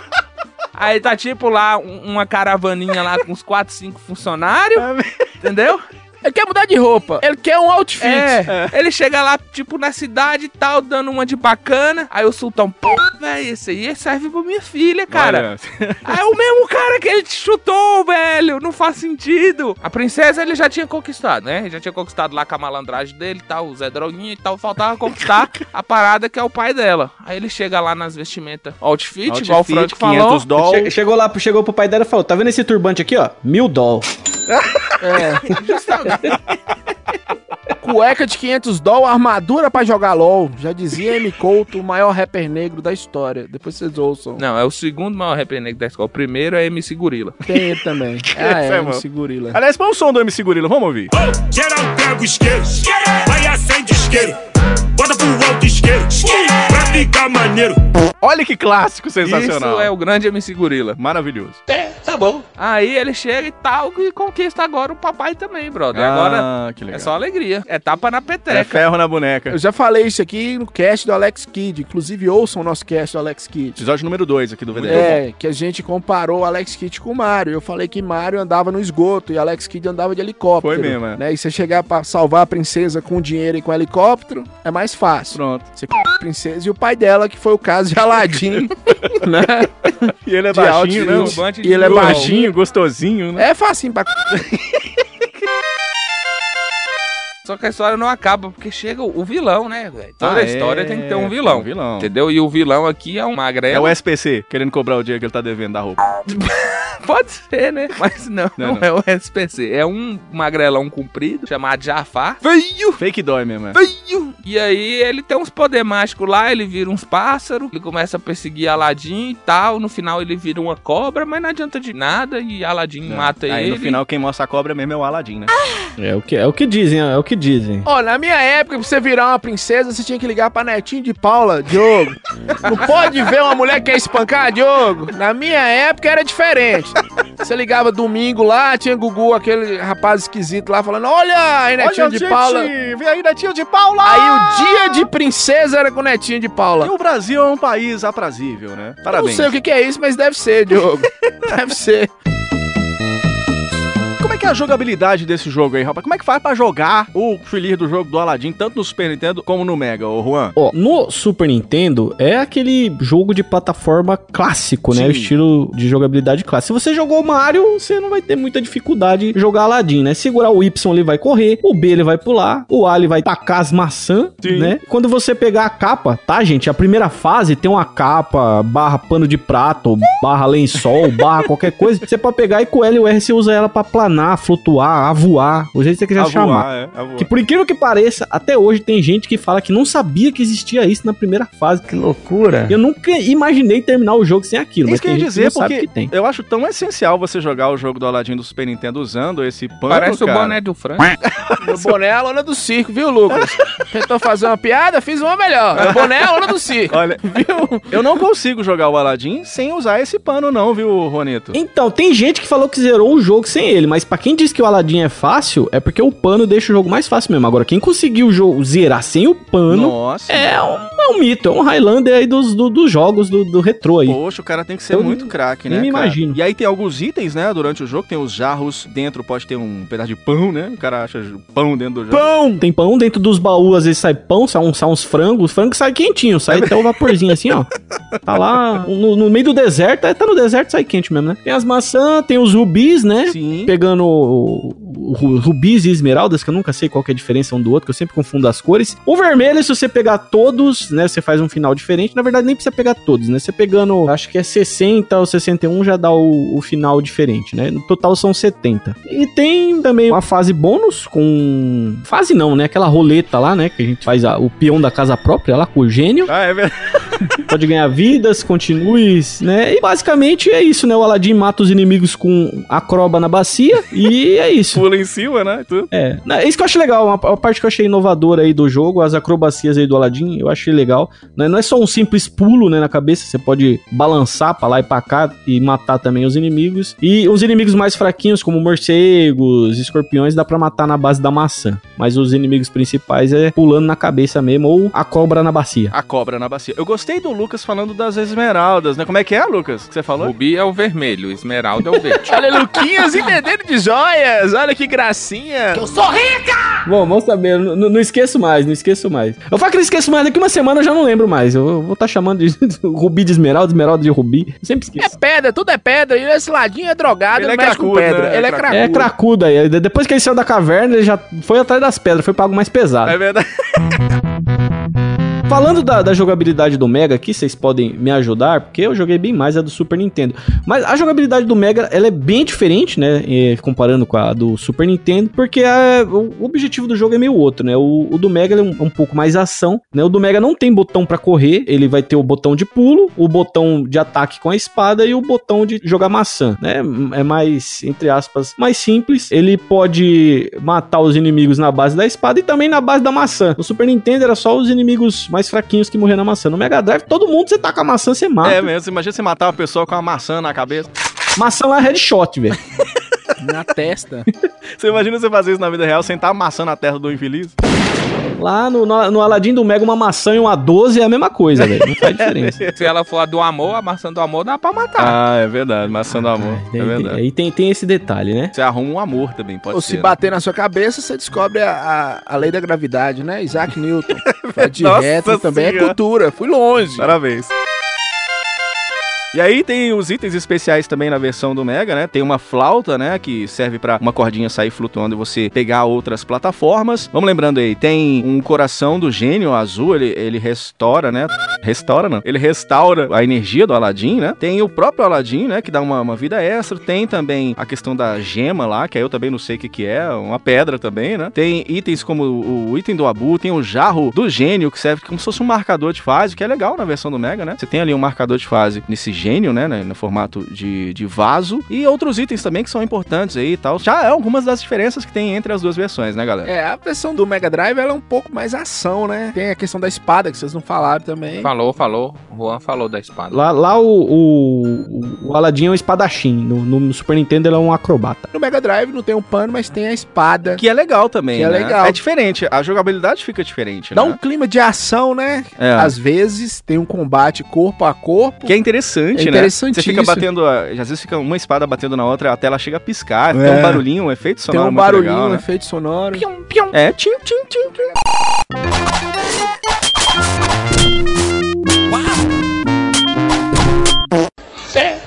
Aí tá tipo lá um- uma caravaninha lá com uns 4, 5 funcionários, roupa mesmo. entendeu? Ele quer mudar de roupa. Ele quer um outfit. É, ele chega lá, tipo, na cidade e tal, dando uma de bacana. Aí o sultão, pô, velho, esse aí serve pra minha filha, cara. Olha. Aí é o mesmo cara que ele te chutou, velho, não faz sentido. A princesa ele já tinha conquistado, né? Ele já tinha conquistado lá com a malandragem dele e tal, o Zé Droguinha e tal. Faltava conquistar a parada que é o pai dela. Aí ele chega lá nas vestimentas outfit, igual o Outfit, Frank falou. doll. Che- chegou lá, chegou pro pai dela e falou: tá vendo esse turbante aqui, ó? Mil dólares. Cueca de 500 doll, armadura pra jogar LOL. Já dizia M. Couto, o maior rapper negro da história. Depois vocês ouçam. Não, é o segundo maior reprendido da escola. O primeiro é MC Gorila. Tem ele também. Ah, Isso é é, bom. MC Gorila. um Aliás, põe o som do MC Gorila, vamos ouvir. Geral pega o isqueiro, vai acende isqueiro. Bota pro alto isqueiro. Pra ficar maneiro. Olha que clássico sensacional. Isso é o grande MC Gorila. Maravilhoso. É, tá bom. Aí ele chega e tal, e conquista agora o papai também, brother. Ah, agora que legal. é só alegria. É tapa na peteca. É ferro na boneca. Eu já falei isso aqui no cast do Alex Kidd. Inclusive, ouçam o nosso cast do Alex Kidd. Episódio número 2 aqui do VDR. É, que a gente comparou o Alex Kidd com o Mario. Eu falei que Mario andava no esgoto e Alex Kidd andava de helicóptero. Foi mesmo, é. Né? E você chegar pra salvar a princesa com dinheiro e com helicóptero, é mais fácil. Pronto. Você c... a princesa e o pai dela, que foi o caso de Aladdin. né? E ele é De baixinho, né? altitude. E ele é baixinho, gostosinho, né? É facinho pra... Só que a história não acaba, porque chega o o vilão, né, velho? Toda Ah, história é, tem que ter um vilão. tem um vilão. Entendeu? E o vilão aqui é um magrelo. É o SPC, querendo cobrar o dinheiro que ele tá devendo da roupa. Pode ser, né? Mas não, Não, não, não. é o SPC. É um magrelão comprido, chamado Jafar. Veio! Fake dói mesmo, é. Veio! E aí ele tem uns poderes mágicos lá, ele vira uns pássaros, ele começa a perseguir Aladim e tal. No final ele vira uma cobra, mas não adianta de nada e Aladim mata Aí ele. no final quem mostra a cobra mesmo é o Aladdin, né? É o que, é o que dizem, é o que dizem. Ó, na minha época, pra você virar uma princesa, você tinha que ligar pra netinho de Paula, Diogo. Não pode ver uma mulher que quer espancar, Diogo. Na minha época era diferente. Você ligava domingo lá, tinha Gugu, aquele rapaz esquisito lá, falando: Olha aí, netinho de Paula. Vem aí, Netinho de Paula! Aí o dia de princesa era com o netinho de Paula. E o Brasil é um país aprazível, né? Eu Parabéns. Não sei o que, que é isso, mas deve ser, Diogo. deve ser. Como é que é a jogabilidade desse jogo aí, rapaz? Como é que faz pra jogar o thriller do jogo do Aladdin, tanto no Super Nintendo como no Mega, ô Juan? Ó, no Super Nintendo é aquele jogo de plataforma clássico, né? Sim. O estilo de jogabilidade clássico. Se você jogou Mario, você não vai ter muita dificuldade em jogar Aladdin, né? Segurar o Y ele vai correr, o B ele vai pular, o A ele vai tacar as maçãs, Sim. né? Quando você pegar a capa, tá, gente? A primeira fase tem uma capa, barra pano de prato, barra lençol, barra qualquer coisa. Você pode pegar e com L e o R você usa ela pra planar, flutuar, a voar, o jeito que você quiser A voar, chamar. é, a voar. Que por incrível que pareça, até hoje tem gente que fala que não sabia que existia isso na primeira fase. Que loucura. Eu nunca imaginei terminar o jogo sem aquilo. Isso mas que eu tem ia gente dizer, que não sabe porque que tem. eu acho tão essencial você jogar o jogo do Aladdin do Super Nintendo usando esse pano, Parece cara. o boné do Frank. né? Meu boné é a lona do circo, viu, Lucas? Tentou fazer uma piada, fiz uma melhor. Meu boné é a lona do circo. Olha, eu não consigo jogar o Aladdin sem usar esse pano não, viu, Ronito? Então, tem gente que falou que zerou o jogo sem ele, mas pra quem diz que o Aladdin é fácil, é porque o pano deixa o jogo mais fácil mesmo. Agora, quem conseguiu o jogo zerar sem o pano Nossa. é um, é um mito, é um Highlander aí dos, do- dos jogos do, do retrô aí. Poxa, o cara tem que ser Eu muito craque, né? nem me cara? imagino. E aí tem alguns itens, né, durante o jogo. Tem os jarros dentro, pode ter um pedaço de pão, né? O cara acha pão dentro do jogo. Pão! Tem pão dentro dos baús, às vezes sai pão, sai, um, sai uns frangos, os frangos sai quentinho, sai até o vaporzinho assim, ó. Tá lá no, no meio do deserto, é, tá no deserto, sai quente mesmo, né? Tem as maçãs, tem os rubis, né? Sim. Pegando o- o- ru- rubis e esmeraldas, que eu nunca sei qual que é a diferença um do outro, que eu sempre confundo as cores. O vermelho, se você pegar todos, né, você faz um final diferente. Na verdade, nem precisa pegar todos, né? Você pegando, acho que é 60 ou 61 já dá o, o final diferente, né? No total são 70. E tem também uma fase bônus com... Fase não, né? Aquela roleta lá, né? Que a gente faz a- o peão da casa própria lá com o gênio Ah, é verdade. pode ganhar vidas, continue, né? E basicamente é isso, né? O Aladdin mata os inimigos com a croba na bacia e é isso. Pula em cima, né? e tudo. É, né, isso que eu acho legal, uma a parte que eu achei inovadora aí do jogo, as acrobacias aí do Aladdin, eu achei legal. né? Não é só um simples pulo, né, na cabeça, você pode balançar pra lá e pra cá e matar também os inimigos. E os inimigos mais fraquinhos, como morcegos, escorpiões, dá pra matar na base da maçã. Mas os inimigos principais é pulando na cabeça mesmo ou a cobra na bacia. A cobra na bacia. Eu gostei do Lucas falando das esmeraldas, né? Como é que é, Lucas? Que você falou? Rubi é o vermelho, esmeralda é o verde. Olha, Luquinhas entendendo de joias. Olha que gracinha. Eu sou rica! Bom, vamos saber. N- n- Não esqueço mais, não esqueço mais. Eu falo que não esqueço mais, daqui uma semana eu já não lembro mais. Eu eu vou estar chamando de rubi de esmeralda, esmeralda de rubi. Eu sempre É esqueço. pedra, tudo é pedra. E esse ladinho é drogado, Ele ele é mexe com cracudo, pedra. né? Ele é É cracudo. É cracudo aí. De- Depois que ele saiu da caverna, ele já foi atrás das pedras, foi pra algo mais pesado. É verdade. Falando da, da jogabilidade do Mega aqui, vocês podem me ajudar, porque eu joguei bem mais a do Super Nintendo. Mas a jogabilidade do Mega, ela é bem diferente, né? eh, comparando com a do Super Nintendo, porque eh, o o objetivo do jogo é meio outro, né? O, o do Mega ele é um, é um pouco mais ação, né? O do Mega não tem botão pra correr, ele vai ter o botão de pulo, o botão de ataque com a espada e o botão de jogar maçã, né? É mais, entre aspas, mais simples. Ele pode matar os inimigos na base da espada e também na base da maçã. No Super Nintendo era só os inimigos mais fraquinhos que morriam na maçã. No Mega Drive, todo mundo você taca a maçã, você mata. É mesmo, imagina você matar uma pessoa com uma maçã na cabeça. Maçã lá é headshot, velho. Na testa. Você imagina você fazer isso na vida real, sentar a maçã na terra do infeliz? Lá no, no, no Aladdin do Mega, uma maçã e uma 12 é a mesma coisa, velho. Não faz diferença. Se ela for a do amor, a maçã do amor dá pra matar. Tá. Ah, é verdade, maçã do amor. É Aí tem- verdade. Aí tem, tem esse detalhe, né? Você arruma um amor também, pode Ou ser. né? se bater na sua cabeça, você descobre a, a, a lei da gravidade, né? Isaac Newton. Vai É Nossa direto também é Senhora. cultura. Fui longe. Parabéns. E aí tem os itens especiais também na versão do Mega, né? Tem uma flauta, né, que serve pra uma cordinha sair flutuando e você pegar outras plataformas. Vamos lembrando aí, tem um coração do gênio azul, ele, ele restaura, né? Restaura não. Ele restaura a energia do Aladdin, né? Tem o próprio Aladdin, né, que dá uma, uma vida extra. Tem também a questão da gema lá, que aí eu também não sei o que que é, uma pedra também, né? Tem itens como o, o item do Abu, tem o jarro do gênio, que serve como se fosse um marcador de fase, que é legal na versão do Mega, né? Você tem ali um marcador de fase nesse gênio, né? né, No formato de, de vaso. E outros itens também que são importantes aí e tal. Já é algumas das diferenças que tem entre as duas versões, né, galera? É, a versão do Mega Drive ela é um pouco mais ação, né? Tem a questão da espada que vocês não falaram também. Falou, falou. Juan falou da espada. Lá, lá o, o, o Aladdin é um espadachim. No, no Super Nintendo ele é um acrobata. No Mega Drive não tem um pano, mas tem a espada. Que é legal também, Que é né? legal. É diferente, a jogabilidade fica diferente, Dá um né? clima de ação, né? É. Às vezes tem um combate corpo a corpo. Que é interessante, É né? Você interessantíssimo. fica batendo, a- às vezes fica uma espada batendo na outra, a tela chega a piscar, tem É. um barulhinho, um efeito Tem sonoro um muito barulhinho, legal, um né? efeito sonoro. É, tchim, tchim, tchim, tchim.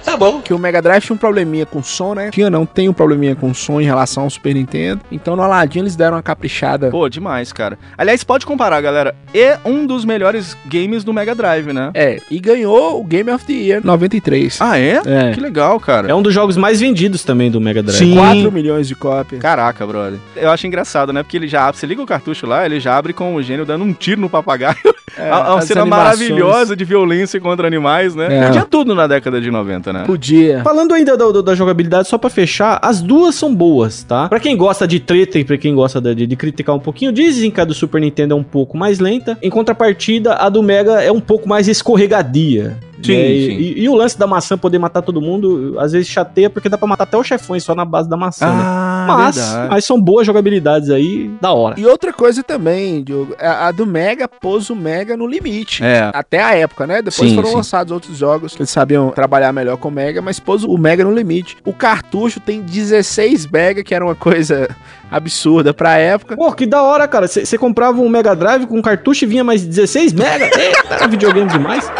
Tá bom. Que o Mega Drive tinha um probleminha com som, né? Tinha não, tem um probleminha com som em relação ao Super Nintendo. Então no Aladdin eles deram uma caprichada. Pô, demais, cara. Aliás, pode comparar, galera. É um dos melhores games do Mega Drive, né? É, e ganhou o Game of the Year 93. Ah, é? É. Que legal, cara. É um dos jogos mais vendidos também do Mega Drive. Sim. 4 milhões de cópias. Caraca, brother. Eu acho engraçado, né? Porque ele já abre, você liga o cartucho lá, ele já abre com o gênio dando um tiro no papagaio. É, uma as cena animações. maravilhosa de violência contra animais, né? É. Tinha tudo na década de 90, né? Podia. Falando ainda da, da- da jogabilidade, só pra fechar, as duas são boas, tá? Pra quem gosta de treta e pra quem gosta de, de- de criticar um pouquinho, dizem que a do Super Nintendo é um pouco mais lenta. Em contrapartida, a do Mega é um pouco mais escorregadia. Sim, né? E- sim. E, e o lance da maçã poder matar todo mundo, às vezes chateia, porque dá pra matar até os chefões só na base da maçã, né? Ah, Mas, verdade. mas são boas jogabilidades aí, da hora. E outra coisa também, Diogo, é, a, a do Mega pôs o Mega no limite. É. Até a época, né? Depois Sim, foram sim. lançados outros jogos que eles sabiam trabalhar melhor com o Mega, mas pôs o Mega no limite. O cartucho tem 16 Mega, que era uma coisa absurda pra época. Pô, que da hora, cara. Você comprava um Mega Drive com cartucho e vinha mais 16 Mega? Eita, era videogame demais.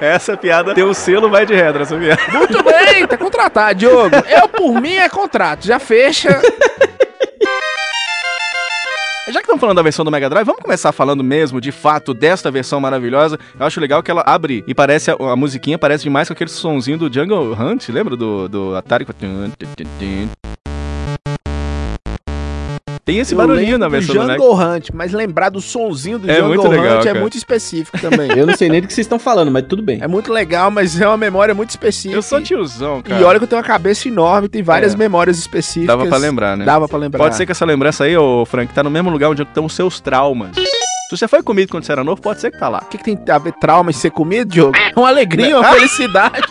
Essa piada tem o selo vai de regra, sabia? Muito bem, tá contratado, Diogo. Eu, por mim, é contrato. Já fecha. Já que estamos falando da versão do Mega Drive, vamos começar falando mesmo, de fato, desta versão maravilhosa. Eu acho legal que ela abre e parece, a, a musiquinha parece demais com aquele sonzinho do Jungle Hunt, lembra? Do, do Atari. Tem esse Eu barulhinho lembro na do versão do Mega Jungle Hunt, mas lembrar do sonzinho do É Jungle muito legal, Hunt é cara. muito específico também. Eu não sei nem do que vocês estão falando, mas tudo bem. É muito legal, mas é uma memória muito específica. Eu sou tiozão, cara. E olha que eu tenho uma cabeça enorme, tem várias É. memórias específicas. Dava pra lembrar, né? Dava pra lembrar. Pode ser que essa lembrança aí, ô Frank, tá no mesmo lugar onde estão os seus traumas. Se você foi comido quando você era novo, pode ser que tá lá. O que, que tem a ver trauma e ser comida, Diogo? É uma alegria, uma felicidade.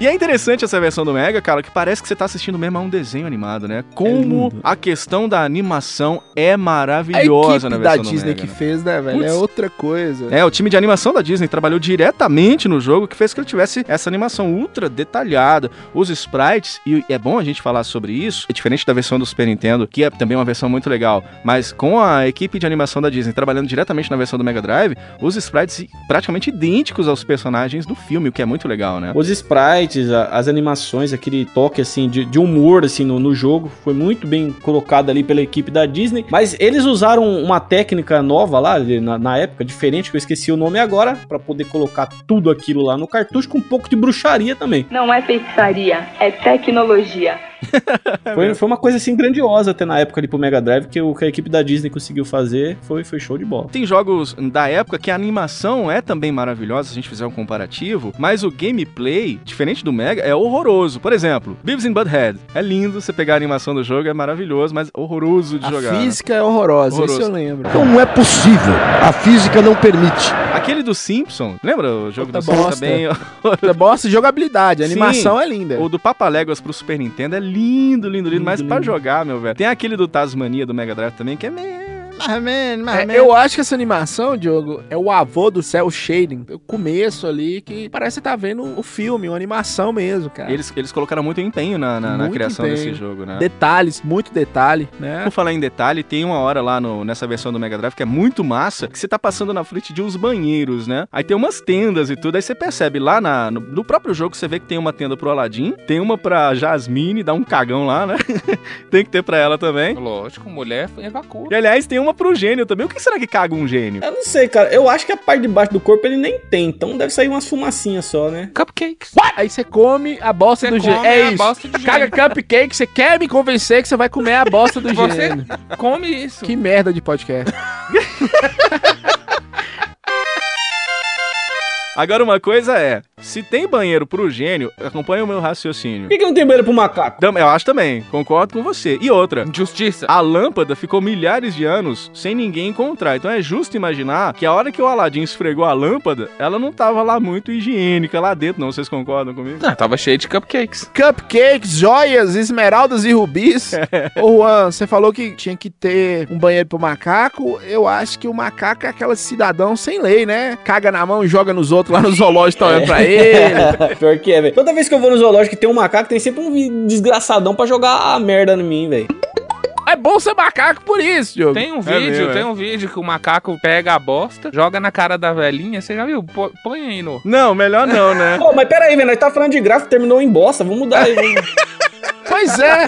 E é interessante essa versão do Mega, cara, que parece que você tá assistindo mesmo a um desenho animado, né? Como a questão da animação é É A maravilhosa na equipe da versão do Disney Mega, que né? fez, né, velho? É Putz. outra coisa. É, o time de animação da Disney trabalhou diretamente no jogo, que fez que ele tivesse essa animação ultra detalhada, os sprites, e é bom a gente falar sobre isso, é diferente da versão do Super Nintendo, que é também uma versão muito legal, mas com a equipe de animação da Disney trabalhando diretamente na versão do Mega Drive, os sprites praticamente idênticos aos personagens do filme, o que é muito legal, né? Os sprites, sprites, a- as animações, aquele toque assim de, de humor assim no, no jogo, foi muito bem colocado ali pela equipe da Disney. Mas eles usaram uma técnica nova lá de- na, na época, diferente que eu esqueci o nome agora, pra poder colocar tudo aquilo lá no cartucho com um pouco de bruxaria também. Não é feitiçaria, é tecnologia. Foi, foi uma coisa assim grandiosa até na época ali pro Mega Drive que o que a equipe da Disney conseguiu fazer, foi foi show de bola. Tem jogos da época que a animação é também maravilhosa, se a gente fizer um comparativo, mas o gameplay, diferente do Mega, é horroroso. Por exemplo, Beavis and Butthead. É lindo, você pegar a animação do jogo, é maravilhoso, mas horroroso de A jogar. né? física é horrorosa, Horroroso. isso eu lembro. Não é possível. A física não permite. Aquele do Simpson, lembra o jogo Puta do Simpson bosta. também? Puta bosta, jogabilidade, a Sim. animação é linda. O do Papaléguas pro Super Nintendo é lindo, lindo, lindo, mas pra jogar, meu velho. Tem aquele do Tasmania do Mega Drive também, que é meio. Mas, man, mas, né? man. É, eu acho que essa animação, Diogo, é o avô do cel shading. O começo ali que parece que tá vendo o filme, uma animação mesmo, cara. Eles, eles colocaram muito empenho na, na- na Muito criação empenho. desse jogo, né? Detalhes, muito detalhe, né? Por falar em detalhe, tem uma hora lá no- nessa versão do Mega Drive que é muito massa, que você tá passando na frente de uns banheiros, né? Aí tem umas tendas e tudo, aí você percebe lá na- no, no próprio jogo, você vê que tem uma tenda pro Aladdin, tem uma pra Jasmine, dá um cagão lá, né? tem que ter pra ela também. Lógico, mulher evacua. E aliás, tem uma pro gênio também. O que será que caga um gênio? Eu não sei, cara. Eu acho que a parte de baixo do corpo ele nem tem, então deve sair umas fumacinhas só, né? Cupcakes. Aí você come a bosta do gênio. come É a isso. bosta de Caga cupcake, você quer me convencer que você vai comer a bosta do Você gênio. come isso. Que merda de podcast. Agora, uma coisa é: se tem banheiro pro gênio, acompanha o meu raciocínio. Por que, que não tem banheiro pro macaco? Tam- Eu acho também, concordo com você. E outra. Justiça. A lâmpada ficou milhares de anos sem ninguém encontrar. Então é justo imaginar que a hora que o Aladim esfregou a lâmpada, ela não tava lá muito higiênica lá dentro, não. Vocês concordam comigo? Ah, tava cheio de cupcakes. Cupcakes, joias, esmeraldas e rubis. Ô Juan, você falou que tinha que ter um banheiro pro macaco. Eu acho que o macaco é aquele cidadão sem lei, né? Caga na mão e joga nos outros lá no zoológico, tá olhando pra É. ele. Pior que é, velho. Toda vez que eu vou no zoológico e tem um macaco, tem sempre um vi- desgraçadão pra jogar a merda em mim, velho. É bom ser macaco por isso, Diogo. Tem um vídeo, tem um vídeo que o macaco pega a bosta, joga na cara da velhinha. Você já viu? Pô- Põe aí no. Não, melhor não, né? Pô, mas pera aí, velho. Nós tá falando de gráfico, terminou em bosta. Vamos mudar aí. vamos- Pois é.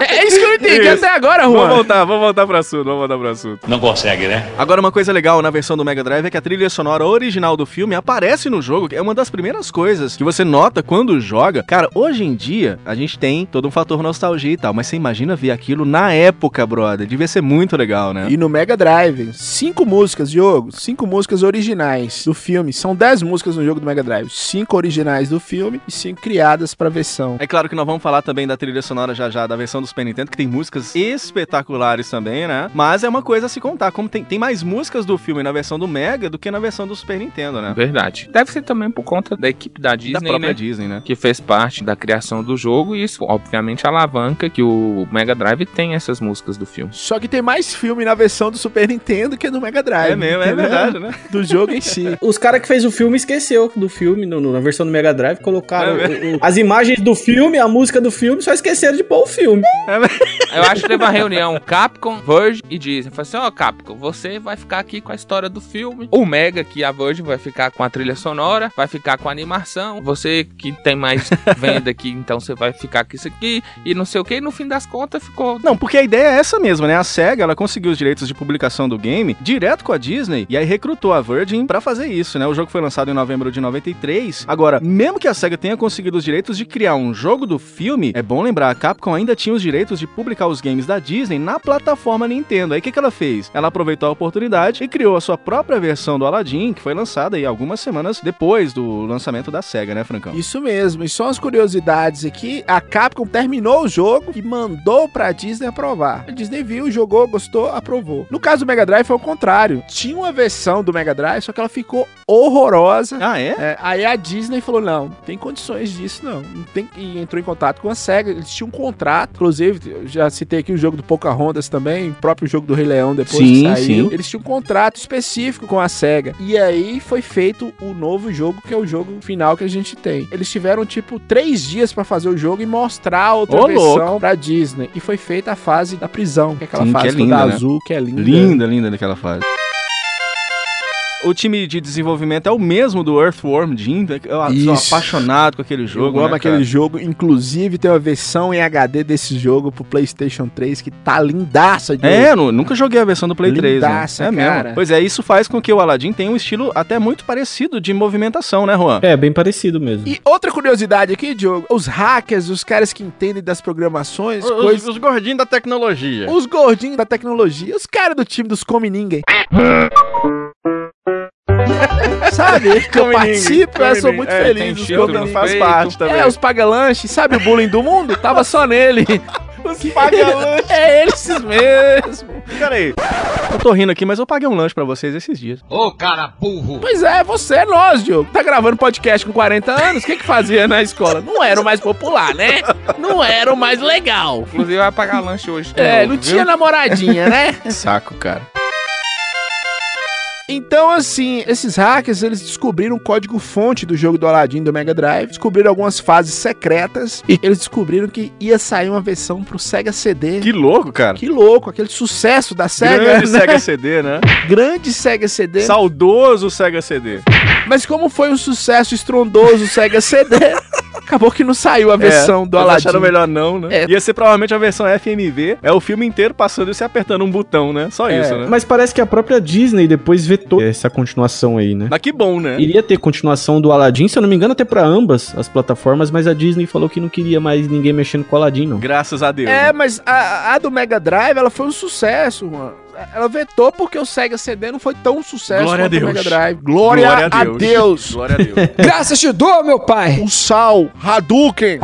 É é isso que eu não entendi Isso. até agora, Vamos Juan. voltar, vamos voltar pro assunto, vamos voltar pro assunto. Não consegue, né? Agora, uma coisa legal na versão do Mega Drive é que a trilha sonora original do filme aparece no jogo, que é uma das primeiras coisas que você nota quando joga. Cara, hoje em dia, a gente tem todo um fator nostalgia e tal, mas você imagina ver aquilo na época, brother. Devia ser muito legal, né? E no Mega Drive, cinco músicas, Diogo, cinco músicas originais do filme. São dez músicas no jogo do Mega Drive. Cinco originais do filme e cinco criadas pra versão. É claro que nós vamos falar também da trilha sonora já já, da versão do Super Nintendo, que tem músicas espetaculares também, né? Mas é uma coisa a se contar, como tem, tem mais músicas do filme na versão do Mega do que na versão do Super Nintendo, né? É Verdade. Deve ser também por conta da equipe da Disney, da própria né? Disney, né? Que fez parte da criação do jogo e isso, obviamente, alavanca que o Mega Drive tem essas músicas do filme. Só que tem mais filme na versão do Super Nintendo que no Mega Drive. É mesmo, é entendeu? verdade, né? Do jogo em si. Os caras que fez o filme esqueceu do filme, no- no- na versão do Mega Drive, colocaram É mesmo? o- o- as imagens do filme, a música do filme, só esqueceram de pôr o filme. Eu acho que teve uma reunião Capcom, Verge e Disney. Falei assim, ó, Capcom, você vai ficar aqui com a história do filme. O Mega, que a Verge vai ficar com a trilha sonora, vai ficar com a animação. Você que tem mais venda aqui, então você vai ficar com isso aqui e não sei o que. E no fim das contas ficou... Não, porque a ideia é essa mesmo, né? A SEGA, ela conseguiu os direitos de publicação do game direto com a Disney e aí recrutou a Virgin pra fazer isso, né? O jogo foi lançado em novembro de 93. Agora, mesmo que a SEGA tenha conseguido os direitos de criar um jogo do filme, é bom lembrar, a Capcom ainda tinha os direitos de publicar os games da Disney na plataforma Nintendo. Aí o que, que ela fez? Ela aproveitou a oportunidade e criou a sua própria versão do Aladdin, que foi lançada aí algumas semanas depois do lançamento da SEGA, né, Francão? Isso mesmo, e só as curiosidades aqui, a Capcom terminou o jogo e mandou pra Disney aprovar. A Disney viu, jogou, gostou, aprovou. No caso do Mega Drive foi o contrário. Tinha uma versão do Mega Drive, só que ela ficou horrorosa. Ah, é? É, aí a Disney falou: não, não tem condições disso, não. não tem... E entrou em contato com a SEGA. Eles tinham um contrato. Inclusive, eu já citei aqui o jogo do Pocahontas também, o próprio jogo do Rei Leão depois que Sim, saiu. sim. Eles tinham um contrato específico com a SEGA. E aí foi feito o novo jogo, que é o jogo final que a gente tem. Eles tiveram, tipo, três dias pra fazer o jogo e mostrar outra Ô, versão louco. pra Disney. E foi feita a fase da prisão, que é aquela Sim, fase que é toda linda, né? azul, que é linda. Linda, linda daquela fase. O time de desenvolvimento é o mesmo do Earthworm Jim. né? Eu Isso. sou apaixonado com aquele jogo. Eu amo né, aquele cara? jogo. Inclusive, tem uma versão em HD desse jogo pro PlayStation 3 que tá lindaça. de- É, eu nu- nunca joguei a versão do Play 3. né? Lindaça, É cara. mesmo. Pois é, isso faz com que o Aladdin tenha um estilo até muito parecido de movimentação, né, Juan? É, bem parecido mesmo. E outra curiosidade aqui, Diogo: os hackers, os caras que entendem das programações, Os, coisas. os gordinhos da tecnologia. Os gordinhos da tecnologia, os caras do time dos Come Ninguém. sabe? Que eu Come participo, ninguém, eu sou come muito ninguém. É, tem feliz. Os filtro Come no faz Ninguém. parte também. É, os paga-lanche, sabe o bullying do mundo? Tava só nele. Os paga-lanche. É eles mesmo. Peraí. Eu tô rindo aqui, mas eu paguei um lanche pra vocês esses dias. Ô, cara burro. Pois é, você é nós, Diogo. Tá gravando podcast com 40 anos? O que que fazia na escola? Não era o mais popular, né? Não era o mais legal. Inclusive vai pagar lanche hoje. de É, novo, não viu? tinha namoradinha, né? Saco, cara. Então, assim, esses hackers, eles descobriram o código-fonte do jogo do Aladdin do Mega Drive, descobriram algumas fases secretas e eles descobriram que ia sair uma versão pro Sega CD. Que louco, cara. Que louco, aquele sucesso da Sega, Grande né? Sega CD, né? Grande Sega CD. Saudoso Sega CD. Mas como foi um sucesso estrondoso o Sega CD, acabou que não saiu a versão É, do eles Aladdin. acharam melhor não, né? É. Ia ser provavelmente a versão FMV, é o filme inteiro passando e você apertando um botão, né? Só É, isso, né? Mas parece que a própria Disney depois vetou essa continuação aí, né? Mas que bom, né? Iria ter continuação do Aladdin, se eu não me engano, até pra ambas as plataformas, mas a Disney falou que não queria mais ninguém mexendo com o Aladdin, não. Graças a Deus. né? É, mas a, a do Mega Drive, ela foi um sucesso, mano. Ela vetou porque o Sega CD não foi tão sucesso Glória a quanto o Deus. Mega Drive. Glória, Glória a a Deus. Deus. Glória a Deus. Graças te dou, meu pai. O sal, Hadouken.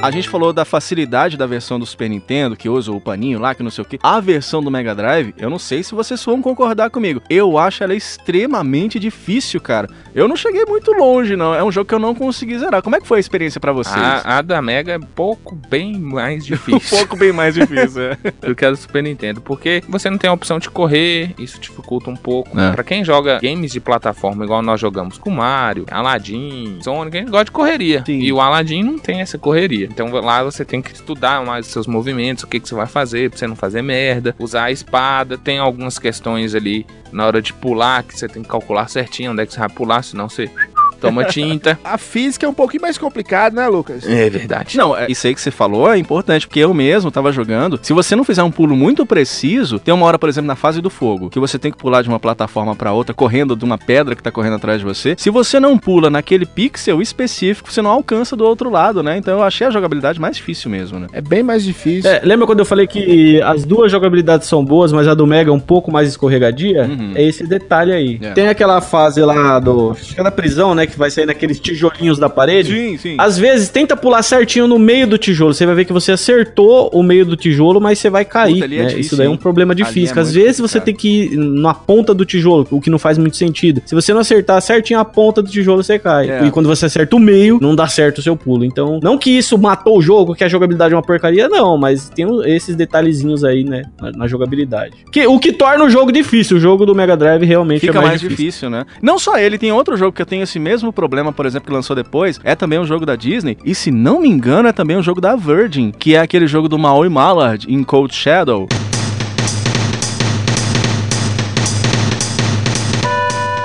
A gente falou da facilidade da versão do Super Nintendo, que usa o paninho lá, que não sei o quê. A versão do Mega Drive, eu não sei se vocês vão concordar comigo. Eu acho ela extremamente difícil, cara. Eu não cheguei muito longe, não. É um jogo que eu não consegui zerar. Como é que foi a experiência pra vocês? A, a da Mega é um pouco bem mais difícil. Um pouco bem mais difícil, é. Do que a do Super Nintendo. Porque você não tem a opção de correr, isso dificulta um pouco. É. Pra quem joga games de plataforma, igual nós jogamos com Mario, Aladdin, Sonic, a gente gosta de correria. E o Aladdin não tem essa correria. Então lá você tem que estudar mais os seus movimentos, o que, que você vai fazer pra você não fazer merda, usar a espada. Tem algumas questões ali na hora de pular que você tem que calcular certinho onde é que você vai pular, senão você toma tinta. A física é um pouquinho mais complicada, né, Lucas? verdade. Não, é- isso aí que você falou é importante, porque eu mesmo tava jogando. Se você não fizer um pulo muito preciso, tem uma hora, por exemplo, na fase do fogo, que você tem que pular de uma plataforma pra outra, correndo de uma pedra que tá correndo atrás de você. Se você não pula naquele pixel específico, você não alcança do outro lado, né? Então eu achei a jogabilidade mais difícil mesmo, né? É bem mais difícil. É, lembra quando eu falei que as duas jogabilidades são boas, mas a do Mega é um pouco mais escorregadia? É esse detalhe aí. Uhum. É. Tem aquela fase lá do. Aquela prisão, né? Que vai sair naqueles tijolinhos da parede. Sim, sim. Às vezes tenta pular certinho no meio do tijolo. Você vai ver que você acertou o meio do tijolo, mas você vai cair. Puta, ali é né? difícil, Isso daí é um hein? problema de Ali é física. Às muito vezes você complicado. tem que ir na ponta do tijolo, o que não faz muito sentido. Se você não acertar certinho a ponta do tijolo, você cai. É. E quando você acerta o meio, não dá certo o seu pulo. Então, não que isso matou o jogo, que a jogabilidade é uma porcaria, não, mas tem um- esses detalhezinhos aí, né, na, na jogabilidade. Que, o que torna o jogo difícil. O jogo do Mega Drive realmente Fica é mais mais, difícil. né? Não só ele, tem outro jogo que eu tenho esse mesmo problema, por exemplo, que lançou depois. É também um jogo da Disney. E se não me engano, é também um jogo da Virgin, que é aquele jogo do Maui Mallard em Cold Shadow.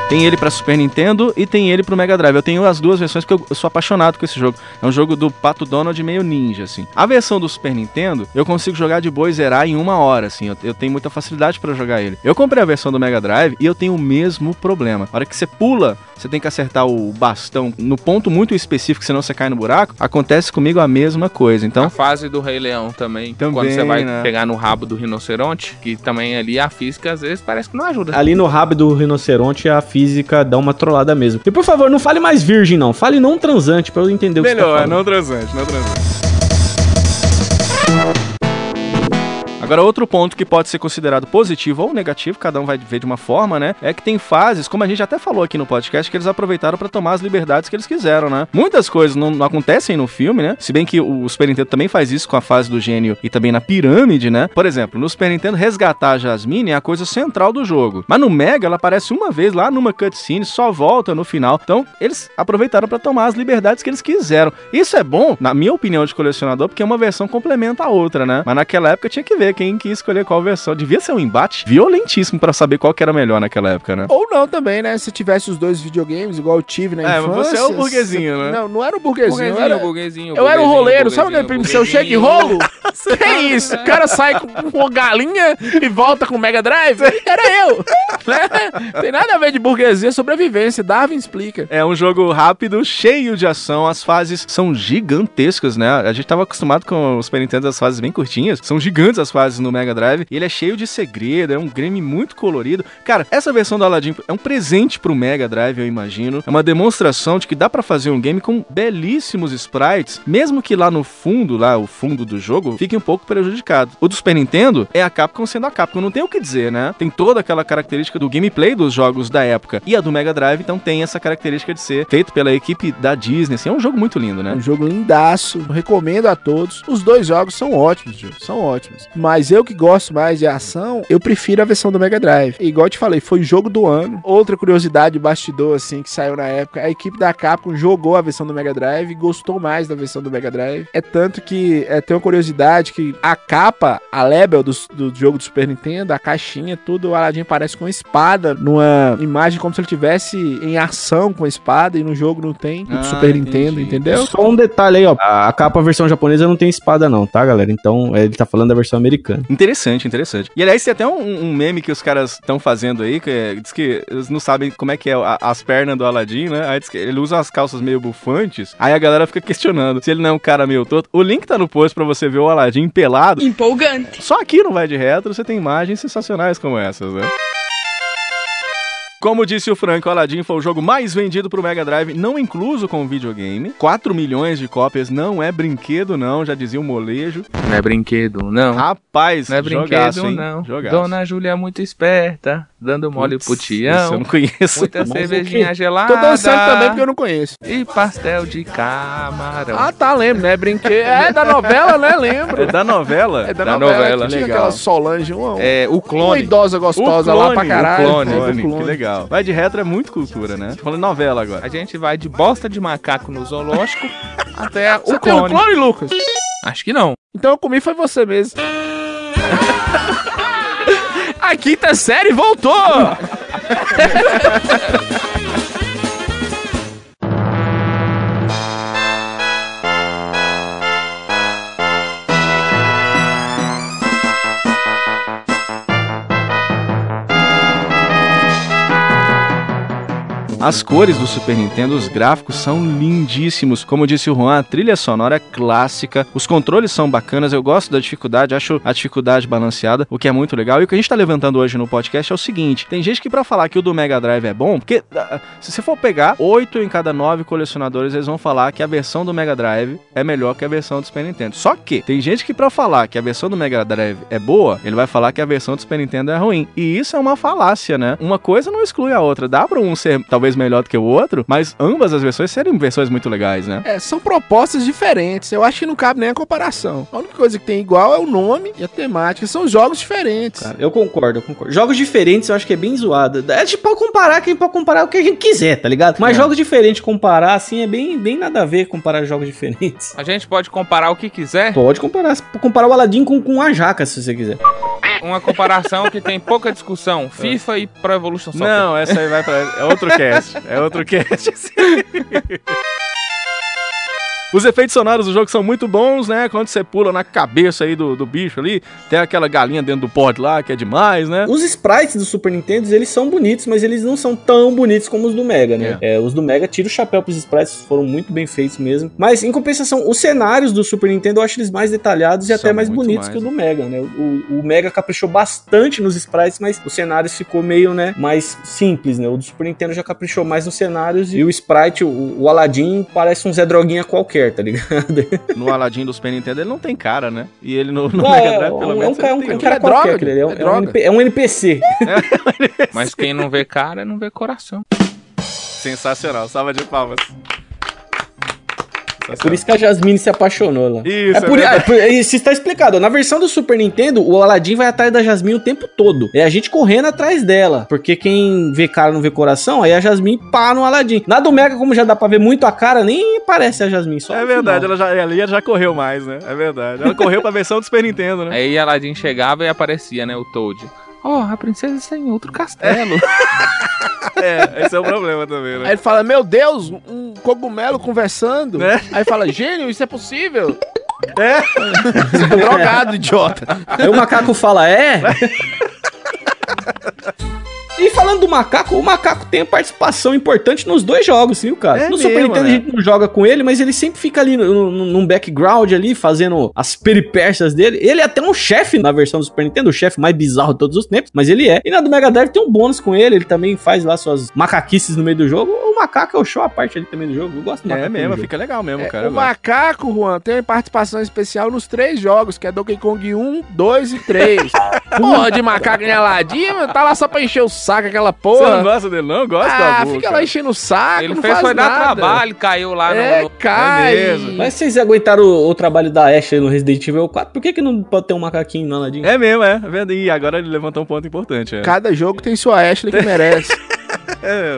Tem ele pra Super Nintendo e tem ele pro Mega Drive. Eu tenho as duas versões porque eu sou apaixonado com esse jogo. É um jogo do Pato Donald meio ninja, assim. A versão do Super Nintendo, eu consigo jogar de boa e zerar em uma hora, assim. Eu, eu tenho muita facilidade pra jogar ele. Eu comprei a versão do Mega Drive e eu tenho o mesmo problema. A hora que você pula, você tem que acertar o bastão no ponto muito específico, senão você cai no buraco. Acontece comigo a mesma coisa. Então, A fase do Rei Leão também, Também, quando você vai né? pegar no rabo do rinoceronte, que também ali a física às vezes parece que não ajuda. Ali no rabo do rinoceronte, a física dá uma trollada mesmo. E por favor, não fale mais virgem, não. Fale não transante, pra eu entender o que você tá falando. transante, não transante. Agora, outro ponto que pode ser considerado positivo ou negativo, cada um vai ver de uma forma, né? É que tem fases, como a gente até falou aqui no podcast, que eles aproveitaram pra tomar as liberdades que eles quiseram, né? Muitas coisas não, não acontecem no filme, né? Se bem que o Super Nintendo também faz isso com a fase do gênio e também na pirâmide, né? Por exemplo, no Super Nintendo, resgatar a Jasmine é a coisa central do jogo. Mas no Mega, ela aparece uma vez lá numa cutscene, só volta no final. Então, eles aproveitaram pra tomar as liberdades que eles é quiseram. Isso é bom, na minha opinião de colecionador, porque uma versão complementa a outra, né? Mas naquela época tinha que ver quem que ia escolher qual versão. Devia ser um embate violentíssimo pra saber qual que era melhor naquela época, né? Ou não também, né? Se tivesse os dois videogames, igual eu tive na É, mas infância. você é o burguesinho, né? Não, não era o burguesinho. Burguesinho, eu era, burguesinho, eu era o burguesinho, roleiro. Sabe aquele primo seu? Chega e rolo? que isso? O cara sai com uma galinha e volta com o Mega Drive? Era eu. né? Tem nada a ver de burguesia, é sobrevivência. Darwin explica. É um jogo rápido, cheio de ação. As fases são gigantescas, né? A gente tava acostumado com os Super Nintendo, as fases bem curtinhas. São gigantes as fases no Mega Drive. E ele é cheio de segredo, é um game muito colorido. Cara, essa versão do Aladdin é um presente pro Mega Drive, eu imagino. É uma demonstração de que dá pra fazer um game com belíssimos sprites, mesmo que lá no fundo, lá o fundo do jogo, fique um pouco prejudicado. O do Super Nintendo é a Capcom sendo a Capcom, não tem o que dizer, né? Tem toda aquela característica do gameplay dos jogos da época. E a do Mega Drive, então, tem essa característica de ser feito pela equipe da Disney. Assim, é um jogo muito lindo, né? Um jogo lindaço, recomendo a todos. Os dois jogos são ótimos, Ju, são ótimos. Mas eu que gosto mais de ação, eu prefiro a versão do Mega Drive. E igual eu te falei, foi o jogo do ano. Outra curiosidade bastidor, assim, que saiu na época, a equipe da Capcom jogou a versão do Mega Drive e gostou mais da versão do Mega Drive. É tanto que é, tem uma curiosidade que a capa, a label do, do jogo do Super Nintendo, a caixinha, tudo, o Aladdin aparece com uma espada numa imagem como se ele tivesse em ação com a espada e no jogo não tem, do Ah, Super Nintendo, entendeu? Só um detalhe aí, ó. A a capa versão japonesa não tem espada, não, tá, galera? Então ele tá falando da versão americana. Interessante, interessante. E aliás, tem até um, um meme que os caras estão fazendo aí, que é, diz que eles não sabem como é que é a- as pernas do Aladdin, né? Aí diz que ele usa as calças meio bufantes, aí a galera fica questionando se ele não é um cara meio todo. O link tá no post pra você ver o Aladdin pelado. Empolgante. Só aqui no Vai de Retro você tem imagens sensacionais como essas, né? Como disse o Franco, Aladdin foi o jogo mais vendido pro Mega Drive, não incluso com o videogame. 4 milhões de cópias não é brinquedo, não, já dizia o molejo. Não é brinquedo, não. Ah, Rapaz, não é brinquedo, jogaço, hein? não. Jogaço. Dona Júlia é muito esperta, dando mole pro tião. esse é um eu não conheço. Muita Mas o cervejinha quê? gelada. Tô dançando também porque eu não conheço. E pastel de camarão. Ah, tá, lembro, né? Brinquei. É da novela, né? Lembro. É da novela? É da, novela. que Tinha Legal. aquela Solange, uma, É, o uma clone. idosa gostosa O lá clone, pra caralho. né? O clone, Teve o que legal. Vai de retro é muito cultura, né? Tô falando novela agora. A gente vai de bosta de macaco no zoológico até o Você tem um clone. clone, Lucas? Acho que não. Então eu comi foi você mesmo. A quinta série voltou! As cores do Super Nintendo, os gráficos são lindíssimos. Como disse o Juan, a trilha sonora é clássica, os controles são bacanas, eu gosto da dificuldade, acho a dificuldade balanceada, o que é muito legal. E o que a gente tá levantando hoje no podcast é o seguinte: tem gente que pra falar que o do Mega Drive é bom, porque ah, se você for pegar, oito em cada nove colecionadores eles vão falar que a versão do Mega Drive é melhor que a versão do Super Nintendo. Só que tem gente que pra falar que a versão do Mega Drive é boa, ele vai falar que a versão do Super Nintendo é ruim. E isso é uma falácia, né? Uma coisa não exclui a outra. Dá pra um ser talvez melhor do que o outro, mas ambas as versões serem versões muito legais, né? É, são propostas diferentes. Eu acho que não cabe nem a comparação. A única coisa que tem igual é o nome e a temática. São jogos diferentes. Cara, Tá, eu concordo, eu concordo. Jogos diferentes eu acho que é bem zoado. É tipo comparar, quem pode comparar o que a gente quiser, tá ligado? Mas jogos diferentes comparar, assim, é bem, bem nada a ver comparar jogos diferentes. A gente pode comparar o que quiser. Pode comparar, se- comparar o Aladdin com, com a Jaca, se você quiser. Uma comparação que tem pouca discussão. FIFA e Pro Evolution Soccer. É. Não, essa aí vai pra. É outro cast. É outro cast. Os efeitos sonoros do jogo são muito bons, né? Quando você pula na cabeça aí do, do bicho ali, tem aquela galinha dentro do pod lá, que é demais, né? Os sprites do Super Nintendo, eles são bonitos, mas eles não são tão bonitos como os do Mega, né? É, os do Mega, tira o chapéu pros sprites, foram muito bem feitos mesmo. Mas, em compensação, os cenários do Super Nintendo, eu acho eles mais detalhados e até mais muito bonitos mais, que o do Mega, né? O, o Mega caprichou bastante nos sprites, mas os cenários ficou meio, né, mais simples, né? O do Super Nintendo já caprichou mais nos cenários e o sprite, o, o Aladdin, parece um Zé Droguinha qualquer, tá ligado? No Aladdin do Super Nintendo ele não tem cara, né? E ele no, no Não, Mega é, Drive, é né? pelo um- menos. é um, ele é tem um cara cara. qualquer, aquele ali, é um- é é um NP é um NPC. Mas quem não vê cara, não vê coração. Sensacional, salva de palmas. É Por isso que a Jasmine se apaixonou lá. Isso, é por, é é por- isso está explicado. Na versão do Super Nintendo, o Aladdin vai atrás da Jasmine o tempo todo. É a gente correndo atrás dela. Porque quem vê cara não vê coração, aí a Jasmine pá no Aladdin. Na do Mega, como já dá pra ver muito a cara, nem parece a Jasmine. Só É no verdade, final. ela já, ela já correu mais, né? É verdade. Ela correu pra versão do Super Nintendo, né? Aí Aladdin chegava e aparecia, né, o Toad. Ó, a princesa está em outro castelo. É, esse é o problema também, Aí né? ele fala, meu Deus, um cogumelo conversando. Né? Aí fala, gênio, isso é possível. É. Drogado, idiota. Aí o macaco fala, é? E falando do macaco, o macaco tem participação importante nos dois jogos, viu, cara? É no mesmo, Super Nintendo né? a gente não joga com ele, mas ele sempre fica ali no- no- num background ali, fazendo as peripécias dele. Ele é até um chefe na versão do Super Nintendo, o chefe mais bizarro de todos os tempos, mas ele é. E na do Mega Drive tem um bônus com ele, ele também faz lá suas macaquices no meio do jogo. O macaco é o show à parte ali também do jogo. Eu gosto do É macaco no mesmo, jogo. fica legal mesmo, É, cara. o macaco, Juan, tem participação especial nos três jogos, que é Donkey Kong 1, 2 e 3. porra de macaco em Aladim, tá lá só pra encher o saco aquela Você não porra. gosta dele, não? Gosta Ah, Dabu, fica cara. lá enchendo o saco, Ele Ah, não fez faz foi dar nada. trabalho, caiu lá né, É, no... cai. Mas vocês aguentaram o, o trabalho da Ash aí no Resident Evil 4, por que, que não pode ter um macaquinho na ladinha? É mesmo, é. Vendo aí, agora ele levantou um ponto importante. É. Cada jogo tem sua Ashley que merece. É.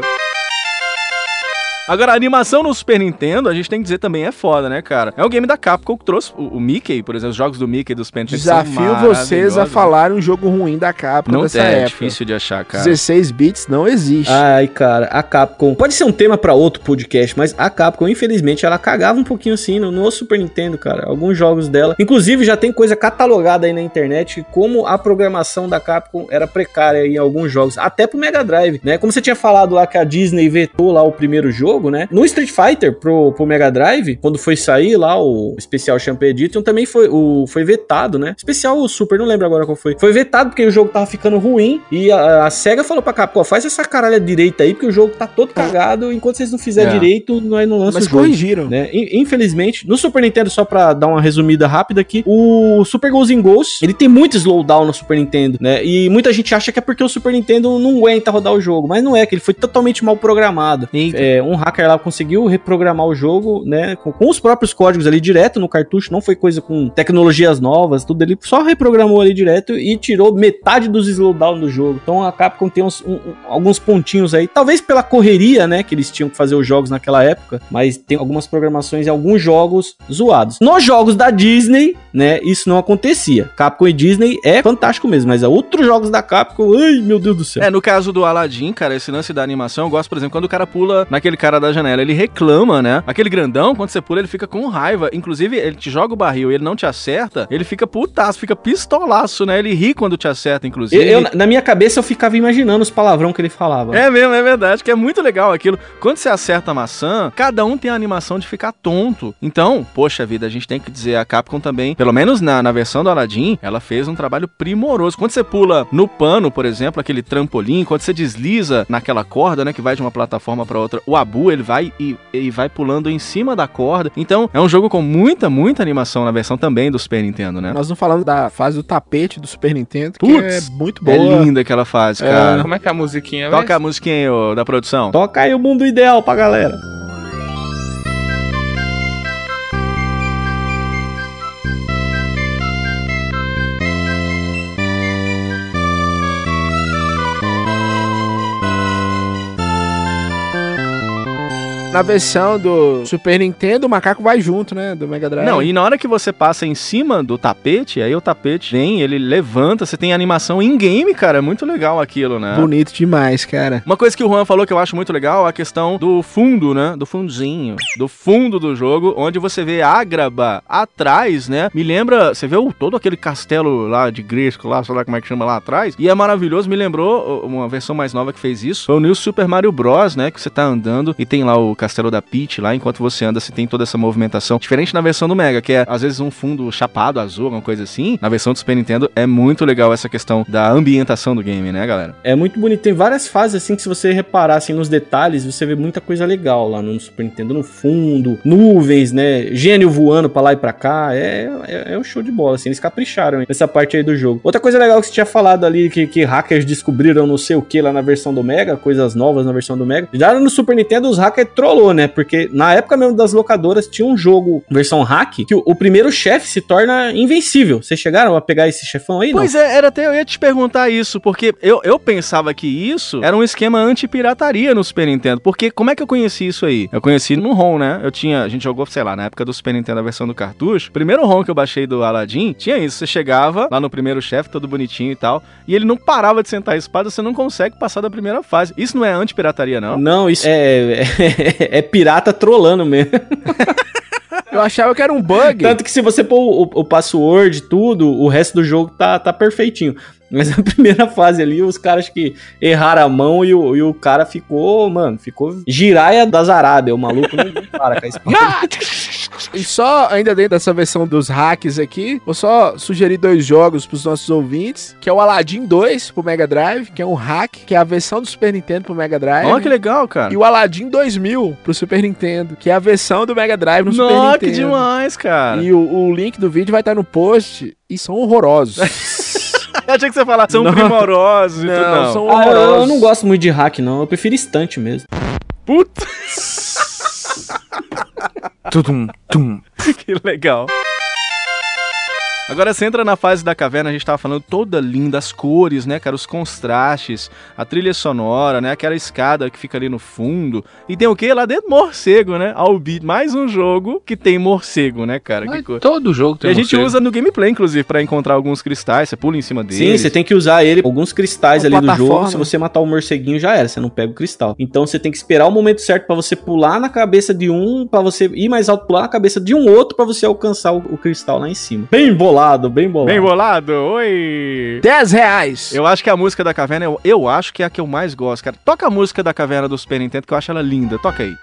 Agora, a animação no Super Nintendo, a gente tem que dizer também é foda, né, cara? É o game da Capcom que trouxe o, o Mickey, por exemplo, os jogos do Mickey e dos Super Nintendo são Desafio vocês a maravilhosos. falarem um jogo ruim da Capcom Não dessa tem, é época. difícil de achar, cara. Ah, 16 bits não existe. Ai, cara, a Capcom. Pode ser um tema pra outro podcast, mas a Capcom, infelizmente, ela cagava um pouquinho assim no, no Super Nintendo, cara. Alguns jogos dela. Inclusive, já tem coisa catalogada aí na internet como a programação da Capcom era precária em alguns jogos, até pro Mega Drive, né? Como você tinha falado lá que a Disney vetou lá o primeiro jogo, né? No Street Fighter pro, pro Mega Drive, quando foi sair lá o especial Champion Edition, também foi, o, foi vetado, né? Especial o Super, não lembro agora qual foi. Foi vetado porque o jogo tava ficando ruim e a, a SEGA falou pra Capcom, ó, faz essa caralha direita aí, porque o jogo tá todo cagado, enquanto vocês não fizerem É. direito, nós não lançamos Mas o jogo. corrigiram. Né? In- Infelizmente, no Super Nintendo, só pra dar uma resumida rápida aqui, o Super Goals in Ghost, ele tem muito slowdown no Super Nintendo, né? E muita gente acha que é porque o Super Nintendo não aguenta rodar o jogo, mas não é, que ele foi totalmente mal programado. É, um hacker lá conseguiu reprogramar o jogo, né? Com, com os próprios códigos ali direto no cartucho, não foi coisa com tecnologias novas, tudo ele só reprogramou ali direto e tirou metade dos slowdown do jogo. Então a Capcom tem uns, um- um- alguns pontinhos aí, talvez pela correria, né? Que eles tinham que fazer os jogos naquela época, mas tem algumas programações e alguns jogos zoados. Nos jogos da Disney, né? Isso não acontecia. Capcom e Disney é fantástico mesmo, mas é outros jogos da Capcom, ai meu Deus do céu. É, no caso do Aladdin, cara, esse lance da animação, eu gosto, por exemplo, quando o cara pula naquele cara da janela, ele reclama, né? Aquele grandão, quando você pula, ele fica com raiva. Inclusive, ele te joga o barril e ele não te acerta, ele fica putaço, fica pistolaço, né? Ele ri quando te acerta, inclusive. Eu- eu- na minha cabeça eu ficava imaginando os palavrão que ele falava. É mesmo, é verdade, que é muito legal aquilo. Quando você acerta a maçã, cada um tem a animação de ficar tonto. Então, poxa vida, a gente tem que dizer, a Capcom também, pelo menos na, na versão do Aladdin, ela fez um trabalho primoroso. Quando você pula no pano, por exemplo, aquele trampolim, quando você desliza naquela corda, né, que vai de uma plataforma pra outra, o Abu, ele vai e, e vai pulando em cima da corda. Então, é um jogo com muita, muita animação na versão também do Super Nintendo, né? Nós não falamos da fase do tapete do Super Nintendo, que Putz, é muito boa. É linda aquela fase, É. cara. Como é que é a musiquinha? Toca a musiquinha aí, ô, da produção. Toca aí o mundo ideal pra galera. Na versão do Super Nintendo, o macaco vai junto, né? Do Mega Drive. Não, e na hora que você passa em cima do tapete, aí o tapete vem, ele levanta, você tem animação em game, cara. É muito legal aquilo, né? Bonito demais, cara. Uma coisa que o Juan falou que eu acho muito legal é a questão do fundo, né? Do fundinho. Do fundo do jogo, onde você vê Ágraba atrás, né? Me lembra. Você vê o- todo aquele castelo lá de Grisco, lá, sei lá como é que chama lá atrás. E é maravilhoso. Me lembrou ó, uma versão mais nova que fez isso. Foi o New Super Mario Bros, né? Que você tá andando e tem lá o castelo da Peach lá. Enquanto você anda, você tem toda essa movimentação. Diferente na versão do Mega, que é às vezes um fundo chapado, azul, alguma coisa assim. Na versão do Super Nintendo é muito legal essa questão da ambientação do game, né, galera? É muito bonito. Tem várias fases assim que se você reparar assim, nos detalhes, você vê muita coisa legal lá no Super Nintendo, no fundo, nuvens, né? Gênio voando pra lá e pra cá. É, é, é um show de bola, assim. Eles capricharam hein, nessa parte aí do jogo. Outra coisa legal que você tinha falado ali, que, que hackers descobriram não sei o que lá na versão do Mega, coisas novas na versão do Mega. Já no Super Nintendo, os hackers tro trollou, né? Porque na época mesmo das locadoras tinha um jogo, versão hack, que o, o primeiro chefe se torna invencível. Vocês chegaram a pegar esse chefão aí? Pois é, era até eu ia te perguntar isso, porque eu, eu pensava que isso era um esquema anti-pirataria no Super Nintendo. Porque como é que eu conheci isso aí? Eu conheci no ROM, né? Eu tinha, a gente jogou, sei lá, na época do Super Nintendo a versão do cartucho. Primeiro ROM que eu baixei do Aladdin, tinha isso. Você chegava lá no primeiro chefe, todo bonitinho e tal, e ele não parava de sentar a espada, você não consegue passar da primeira fase. Isso não é anti-pirataria, não? Não, isso é, é pirata trolando mesmo. Eu achava que era um bug. Tanto que se você pôr o, o password e tudo, o resto do jogo tá, tá perfeitinho. Mas a primeira fase ali, os caras que erraram a mão e o, e o cara ficou, mano, ficou giraia das Arábia. O maluco não para com a espada. E só, ainda dentro dessa versão dos hacks aqui, vou só sugerir dois jogos pros nossos ouvintes, que é o Aladdin 2 pro Mega Drive, que é um hack, que é a versão do Super Nintendo pro Mega Drive. Olha que legal, cara. É. E o Aladdin 2000 pro Super Nintendo, que é a versão do Mega Drive no Super Nó, Nintendo. que demais, cara. E o, o link do vídeo vai estar no post e são horrorosos. Eu achei que você ia falar, são Não. primorosos e tudo, Não, não. são Ah, eu, horrorosos. eu não gosto muito de hack, não. Eu prefiro estante mesmo. Puta, Tudum, tum. que legal. Agora você entra na fase da caverna, a gente tava falando toda linda, as cores, né, cara? Os contrastes, a trilha sonora, né? Aquela escada que fica ali no fundo. E tem o que lá dentro? Morcego, né? Albi, mais um jogo que tem morcego, né, cara? Que coisa. Todo jogo E tem a gente morcego. usa no gameplay, inclusive, pra encontrar alguns cristais. Você pula em cima Sim, deles. você tem que usar ele, alguns cristais Uma ali do plataforma. jogo. Se você matar o morceguinho, já era, você não pega o cristal. Então você tem que esperar o momento certo pra você pular na cabeça de um, pra você ir mais alto, pular na cabeça de um outro pra você alcançar o, o cristal lá em cima. Bem bolado, bem bolado. Bem bolado? Oi! 10 reais. Eu acho que a música da caverna, eu, eu acho que é a que eu mais gosto, cara. Toca a música da caverna do Super Nintendo, que eu acho ela linda. Toca aí.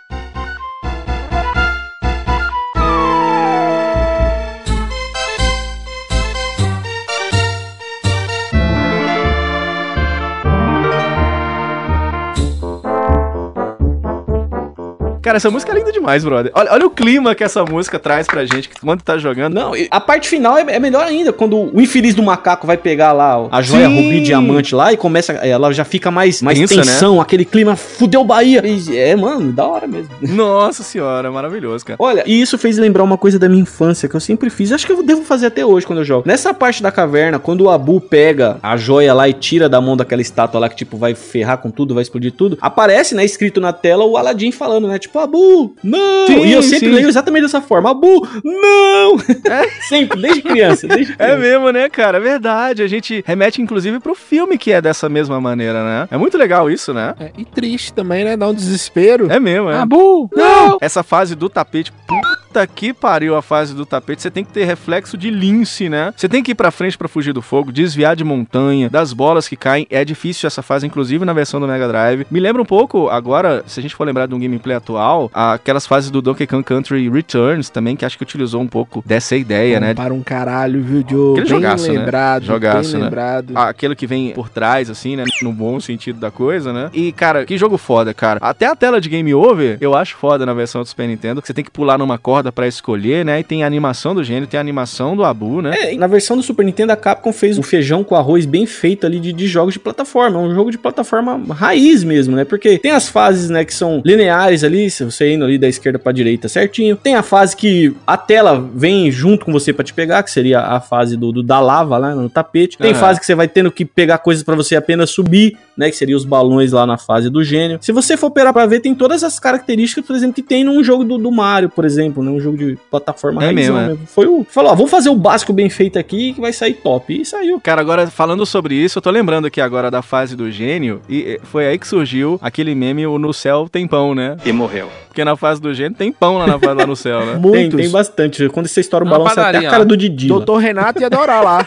Cara, essa música é linda demais, brother. Olha, olha o clima que essa música traz pra gente que quando tá jogando. Não, e a parte final é, é melhor ainda, quando o infeliz do macaco vai pegar lá ó, a joia Sim. rubi diamante lá e começa, ela já fica mais, mais Tensa, né? tensão, aquele clima fudeu Bahia. E- é, mano, da hora mesmo. Nossa senhora, maravilhoso, cara. Olha, e isso fez lembrar uma coisa da minha infância que eu sempre fiz. Acho que eu devo fazer até hoje quando eu jogo. Nessa parte da caverna, quando o Abu pega a joia lá e tira da mão daquela estátua lá que, tipo, vai ferrar com tudo, vai explodir tudo, aparece, né, escrito na tela o Aladdin falando, né? Tipo, Abu, não! Sim, e eu sempre sim. leio exatamente dessa forma. Abu, não! sempre, desde criança, desde É criança. mesmo, né, cara? É verdade. A gente remete, inclusive, pro filme que é dessa mesma maneira, né? É muito legal isso, né? É, e triste também, né? Dá um desespero. É mesmo, é. Abu! Não! Essa fase do tapete, puta que pariu a fase do tapete. Você tem que ter reflexo de lince, né? Você tem que ir pra frente pra fugir do fogo, desviar de montanha, das bolas que caem. É difícil essa fase, inclusive na versão do Mega Drive. Me lembra um pouco, agora, se a gente for lembrar de um gameplay atual, aquelas fases do Donkey Kong Country Returns também, que acho que utilizou um pouco dessa ideia, né? Para um caralho, viu, Joe? Aquele bem jogaço, né? lembrado, Jogaço, bem né? lembrado. Ah, aquele que vem por trás, assim, né? No bom sentido da coisa, né? E, cara, que jogo foda, cara. Até a tela de Game Over, eu acho foda na versão do Super Nintendo. que Você tem que pular numa corda pra escolher, né? E tem a animação do gênio, tem a animação do Abu, né? É, na versão do Super Nintendo, a Capcom fez o feijão com arroz bem feito ali de, de jogos de plataforma. É um jogo de plataforma raiz mesmo, né? Porque tem as fases, né, que são lineares ali, se você indo ali da esquerda pra direita certinho. Tem a fase que a tela vem junto com você pra te pegar, que seria a fase do, do- da lava lá né, no tapete. Tem Aham. fase que você vai tendo que pegar coisas pra você apenas subir, né? Que seria os balões lá na fase do gênio. Se você for operar pra ver, tem todas as características, por exemplo, que tem num jogo do, do Mario, por exemplo, né? Um jogo de plataforma É raizão mesmo, é. Foi o. Falou, ó, vamos fazer o básico bem feito aqui que vai sair top. E saiu. Cara, agora falando sobre isso, eu tô lembrando aqui agora da fase do gênio, e eh, foi aí que surgiu aquele meme o No Céu tem pão, né? E morreu. Porque na fase do gênio tem pão lá, na, fa- lá no céu, né? Tem, Muitos. tem bastante. Quando você estoura o É Uma balão, sai até padaria, a cara ó. do Didi. lá. Doutor Renato ia adorar lá.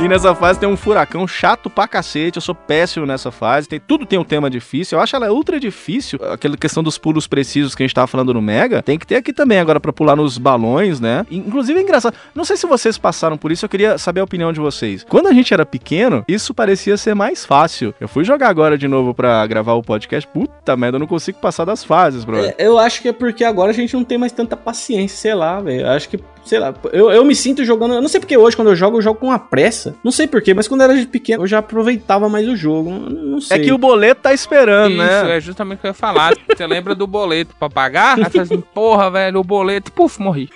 E nessa fase tem um furacão chato pra cacete, eu sou péssimo nessa fase, tem, tudo tem um tema difícil, eu acho ela ultra difícil, aquela questão dos pulos precisos que a gente tava falando no Mega, tem que ter aqui também agora pra pular nos balões, né? E, Inclusive é engraçado, não sei se vocês passaram por isso, eu queria saber a opinião de vocês. Quando a gente era pequeno, isso parecia ser mais fácil. Eu fui jogar agora de novo pra gravar o podcast, puta merda, eu não consigo passar das fases, brother. É, Eu acho que é porque agora a gente não tem mais tanta paciência, sei lá, velho. Eu Acho que sei lá, eu, eu me sinto jogando. Eu não sei porque hoje, quando eu jogo, eu jogo com uma pressa. Não sei porquê, mas quando eu era pequeno, eu já aproveitava mais o jogo. Não, não sei. É que o boleto tá esperando, Isso, né? é justamente o que eu ia falar. Você lembra do boleto pra pagar? Aí você assim, porra, velho, o boleto, puf, morri.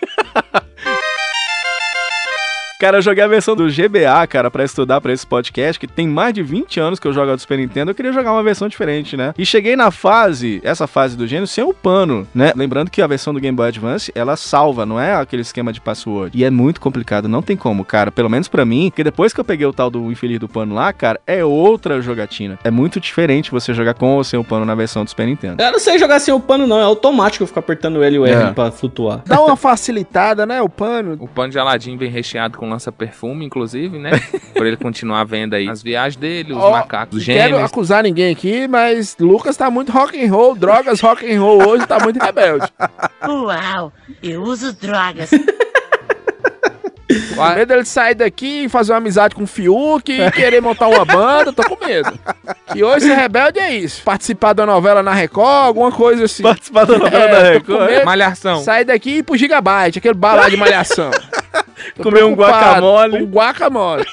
Cara, eu joguei a versão do GBA, cara, pra estudar pra esse podcast, que tem mais de 20 anos que eu jogo a do Super Nintendo, eu queria jogar uma versão diferente, né? E cheguei na fase, essa fase do gênio, sem o pano, né? Lembrando que a versão do Game Boy Advance, ela salva, não é aquele esquema de password. E é muito complicado, não tem como, cara. Pelo menos pra mim, porque depois que eu peguei o tal do infeliz do pano lá, cara, é outra jogatina. É muito diferente você jogar com ou sem o pano na versão do Super Nintendo. Eu não sei jogar sem o pano, não. É automático eu ficar apertando o L e o R É. pra flutuar. Dá uma facilitada, né? O pano. O pano de Aladim vem recheado com lança-perfume, inclusive, né? Pra ele continuar vendo aí as viagens dele, os Ó, macacos, os Não quero gêmeos. acusar ninguém aqui, mas Lucas tá muito rock and roll, drogas rock and roll hoje, tá muito rebelde. Uau, eu uso drogas. Tô Com medo dele sair daqui e fazer uma amizade com o Fiuk É. e querer montar uma banda, tô com medo. E hoje ser rebelde é isso. Participar da novela na Record, alguma coisa assim. É, Participar da novela da Record. é. Malhação. Sair daqui e ir pro Gigabyte, aquele bar lá de malhação. Tô Comer um preocupado. guacamole. Um guacamole.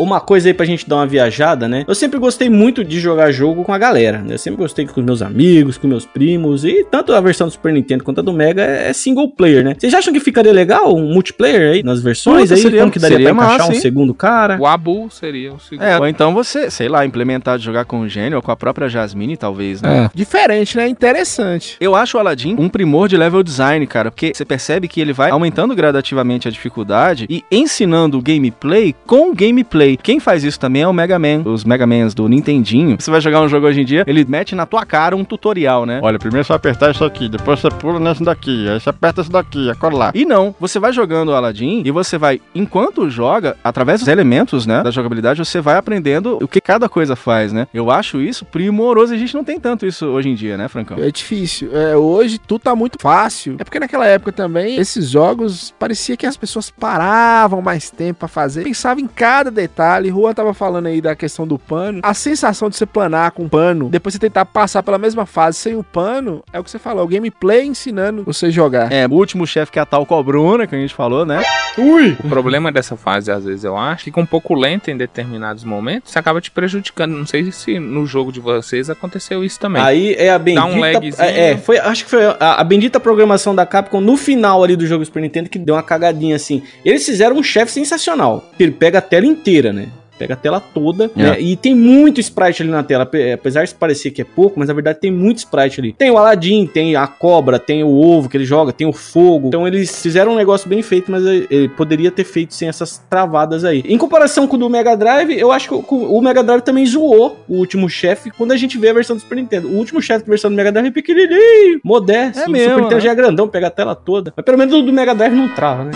Uma coisa aí pra gente dar uma viajada, né? Eu sempre gostei muito de jogar jogo com a galera, né? Eu sempre gostei com meus amigos, com meus primos, e tanto a versão do Super Nintendo quanto a do Mega é single player, né? Vocês acham que ficaria legal um multiplayer aí nas versões? Puta, aí seria- como que daria pra seria encaixar massa, um hein? segundo cara? O Abu seria o segundo. É, ou então você, sei lá, implementar de jogar com o gênio ou com a própria Jasmine, talvez, né? É. Diferente, né? Interessante. Eu acho o Aladdin um primor de level design, cara, porque você percebe que ele vai aumentando gradativamente a dificuldade e ensinando o gameplay com o gameplay. Quem faz isso também é o Mega Man, os Mega Mans do Nintendinho. Você vai jogar um jogo hoje em dia, ele mete na tua cara um tutorial, né? Olha, primeiro você vai apertar isso aqui, depois você pula nessa daqui, aí você aperta isso daqui, acorda lá. E não, você vai jogando o Aladdin e você vai, enquanto joga, através dos elementos, né, da jogabilidade, você vai aprendendo o que cada coisa faz, né? Eu acho isso primoroso, a gente não tem tanto isso hoje em dia, né, Francão? É difícil. É, hoje tudo tá muito fácil. É porque naquela época também, esses jogos, parecia que as pessoas paravam mais tempo pra fazer. Pensava em cada detalhe. Juan tava falando aí da questão do pano. A sensação de você planar com um pano, depois você tentar passar pela mesma fase sem o pano, é o que você falou. O gameplay ensinando você jogar. É, o último chefe que é a tal cobrona, que a gente falou, né? Ui! O problema dessa fase, às vezes, eu acho, fica um pouco lenta em determinados momentos, isso acaba te prejudicando. Não sei se no jogo de vocês aconteceu isso também. Aí é a bendita. Dá um lagzinho. é, é, foi, acho que foi a, a bendita programação da Capcom no final ali do jogo Super Nintendo que deu uma cagadinha assim. Eles fizeram um chefe sensacional. que Ele pega a tela inteira, né? Pega a tela toda, né? E tem muito sprite ali na tela. ape- Apesar de parecer que é pouco, mas na verdade tem muito sprite ali. Tem o Aladdin, tem a cobra, tem o ovo que ele joga, tem o fogo. Então eles fizeram um negócio bem feito, mas eh, eh, poderia ter feito sem essas travadas aí. Em comparação com o do Mega Drive, eu acho que o- o Mega Drive também zoou o último chefe quando a gente vê a versão do Super Nintendo. O último chefe da versão do Mega Drive é pequenininho, modesto. É o mesmo, Super Nintendo né? já é grandão, pega a tela toda. Mas pelo menos o do Mega Drive não trava, né?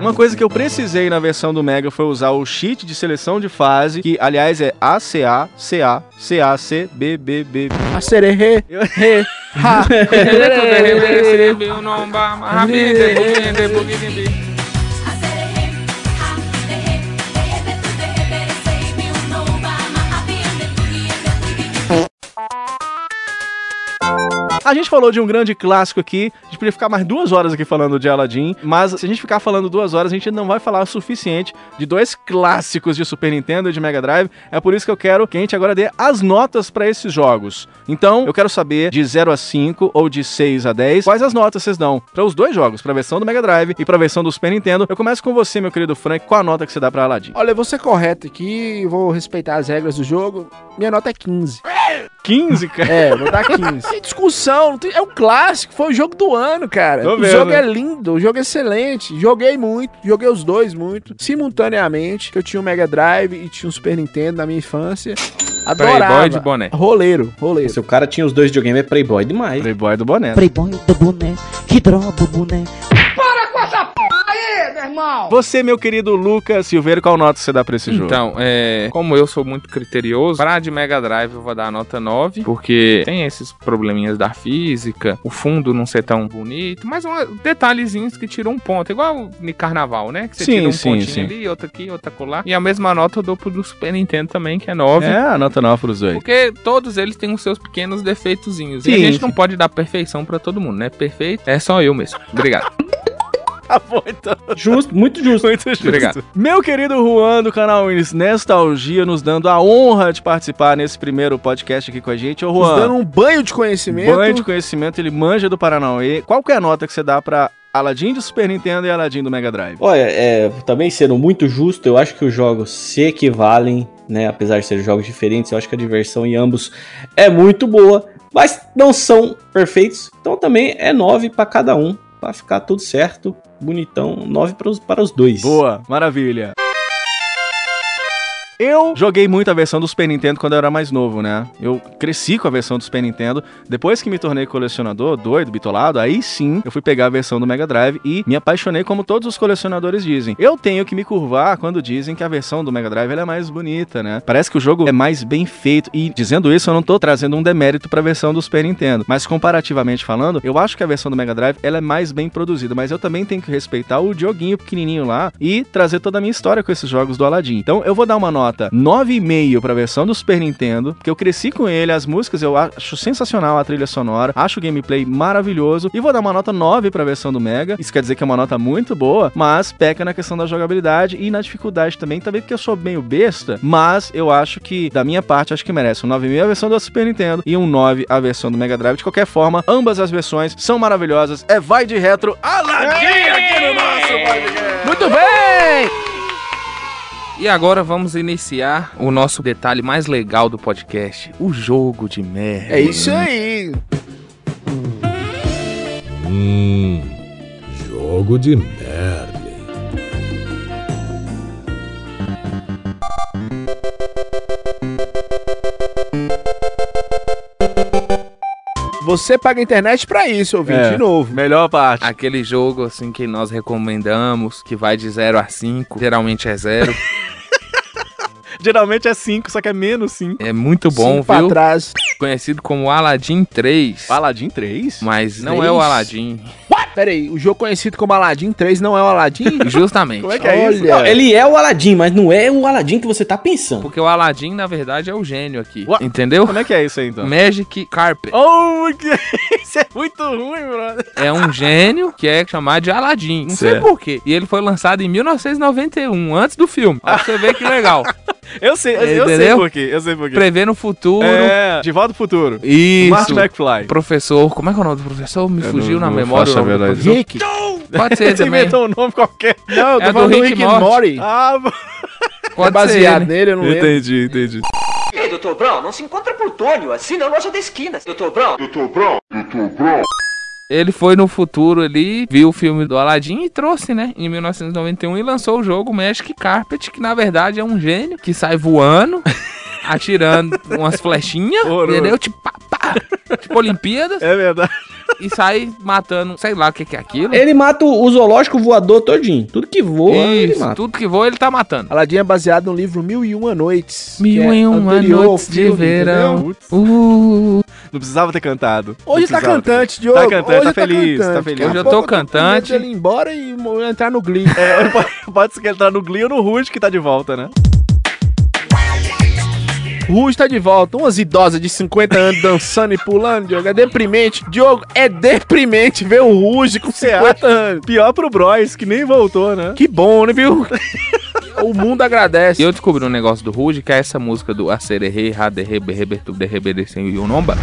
Uma coisa que eu precisei na versão do Mega foi usar o cheat de seleção de fase, que aliás é ACA, CA, CAC, BBB. A sererê, re, ha. A gente falou de um grande clássico aqui, a gente podia ficar mais duas horas aqui falando de Aladdin, mas se a gente ficar falando duas horas, a gente não vai falar o suficiente de dois clássicos de Super Nintendo e de Mega Drive. É por isso que eu quero que a gente agora dê as notas pra esses jogos. Então, eu quero saber de 0 a 5 ou de 6 a 10, quais as notas vocês dão pra os dois jogos, pra versão do Mega Drive e pra versão do Super Nintendo. Eu começo com você, meu querido Frank, qual a nota que você dá pra Aladdin? Olha, eu vou ser correto aqui, vou respeitar as regras do jogo. Minha nota é 15. 15, cara? É, vou dar 15. Sem discussão, não tem- é um clássico, foi o jogo do ano, cara. Tô o vendo. jogo é lindo, o jogo é excelente. Joguei muito, joguei os dois muito, simultaneamente. que Eu tinha um Mega Drive e tinha um Super Nintendo na minha infância. Adorava. Playboy de boné. Roleiro, roleiro. Se o cara tinha os dois videogames, é Playboy demais. Playboy do boné. né? Playboy do boné, que droga do boné. Para com essa p aí, meu irmão! Você, meu querido Lucas Silveiro, qual nota você dá pra esse jogo? Então, é, como eu sou muito criterioso, pra de Mega Drive eu vou dar a nota 9, porque tem esses probleminhas da física, o fundo não ser tão bonito, mas uma, detalhezinhos que tiram um ponto, igual no carnaval, né? Que você Sim, tira um sim, pontinho sim. ali, outro aqui, outro acolá. E a mesma nota eu dou pro do Super Nintendo também, que é 9. É, a nota 9 pros dois. Porque todos eles têm os seus pequenos defeitozinhos. e a Sim, gente sim. não pode dar perfeição pra todo mundo, né? Perfeito é só eu mesmo. Obrigado. Tá bom, então. Justo, muito justo. Muito justo. Obrigado. Meu querido Juan do canal Ines Nostalgia, nos dando a honra de participar nesse primeiro podcast aqui com a gente. Ô, Juan, Nos dando um banho de conhecimento. banho de conhecimento, ele manja do Paranauê. Qual que é a nota que você dá pra Aladdin do Super Nintendo e Aladdin do Mega Drive? Olha, é, também sendo muito justo, eu acho que os jogos se equivalem, né? Apesar de serem jogos diferentes, eu acho que a diversão em ambos é muito boa, mas não são perfeitos. Então também é 9 para cada um, para ficar tudo certo, bonitão, 9 para os, para os dois. Boa, maravilha. Eu joguei muito a versão do Super Nintendo quando eu era mais novo, né? Eu cresci com a versão do Super Nintendo. Depois que me tornei colecionador, doido, bitolado, aí sim eu fui pegar a versão do Mega Drive e me apaixonei como todos os colecionadores dizem. Eu tenho que me curvar quando dizem que a versão do Mega Drive ela é mais bonita, né? Parece que o jogo é mais bem feito. E dizendo isso, eu não tô trazendo um demérito pra versão do Super Nintendo. Mas comparativamente falando, eu acho que a versão do Mega Drive ela é mais bem produzida. Mas eu também tenho que respeitar o joguinho pequenininho lá e trazer toda a minha história com esses jogos do Aladdin. Então eu vou dar uma nota 9,5 pra versão do Super Nintendo, porque eu cresci com ele, as músicas eu acho sensacional a trilha sonora, acho o gameplay maravilhoso e vou dar uma nota 9 pra versão do Mega. Isso quer dizer que é uma nota muito boa, mas peca na questão da jogabilidade e na dificuldade também, também porque eu sou meio besta, mas eu acho que da minha parte acho que merece um 9,5 a versão do Super Nintendo e um 9 a versão do Mega Drive. De qualquer forma, ambas as versões são maravilhosas. É vai de retro Aladdin aqui no nosso podcast. Muito bem! E agora vamos iniciar o nosso detalhe mais legal do podcast: o jogo de merda. É isso aí. Hum, jogo de merda. Você paga a internet pra isso, ouvinte. De novo. Melhor parte. Aquele jogo assim que nós recomendamos, que vai de 0 a 5, geralmente é 0. Geralmente é 5, só que é menos 5. É muito bom, Cinco pra viu? Conhecido como Aladdin 3. Aladdin 3? Mas não Três? é o Aladdin. What? Pera aí, o jogo conhecido como Aladdin 3 não é o Aladdin? Justamente. Como é que é isso? Não, ele é o Aladdin, mas não é o Aladdin que você tá pensando. Porque o Aladdin, na verdade, é o gênio aqui. Entendeu? Como é que é isso aí, então? Magic Carpet. Oh, que... isso é muito ruim, brother. É um gênio que é chamado de Aladdin. Não sei Certo. por quê. E ele foi lançado em 1991, antes do filme. Pra você ver que legal. Eu sei, eu, eu sei Entendeu? por quê, eu sei por quê. Prever no futuro. É, de volta pro futuro. Isso. Marty McFly. Professor, como é que é o nome do professor? Me Eu não- fugiu na não memória. o faço a nome do verdade. professor. é Rick? Pode ser Você também. inventou um nome qualquer. Não, eu tô É do falando do Rick Rick Morty. Mori. Ah, Pode é baseado ser ele. nele, eu não lembro. entendi, entendi. Ei, Dr. Brown, não se encontra por Tônio, assim na loja da esquina. Dr. Brown. Dr. Brown. Dr. Brown. Ele foi no futuro ali, viu o filme do Aladdin e trouxe, né, em 1991 e lançou o jogo Magic Carpet, que na verdade é um gênio que sai voando, atirando umas flechinhas, Horror. entendeu? Tipo, pá, pá, tipo Olimpíadas. É verdade. E sai matando, sei lá o que que é aquilo. Ele mata o zoológico voador todinho. Tudo que voa, ele Isso, mata. tudo que voa ele tá matando. Aladdin é baseado no livro Mil e Uma Noites. Mil que é e Um Uma anterior ao Noites de filme, verão. entendeu? Não precisava ter cantado. Hoje Não tá precisava ter- cantante, Diogo. Tá cantante, Hoje tá feliz, tá feliz. Daqui a pouco Eu tô com medo dele ir embora e mo- entrar no Glee. É, pode- pode ser que entrar no Glee ou no Rude que tá de volta, né? Ruge tá de volta. Umas idosas de 50 anos dançando e pulando, Diogo. É deprimente. Diogo, é deprimente ver o Ruge com 50 anos. Pior pro Bros, que nem voltou, né? Que bom, né, viu? o mundo agradece. E eu descobri um negócio do Ruge, que é essa música do Acererê, Raderê, Berrebertu, Derreberê, Sem Yunomba.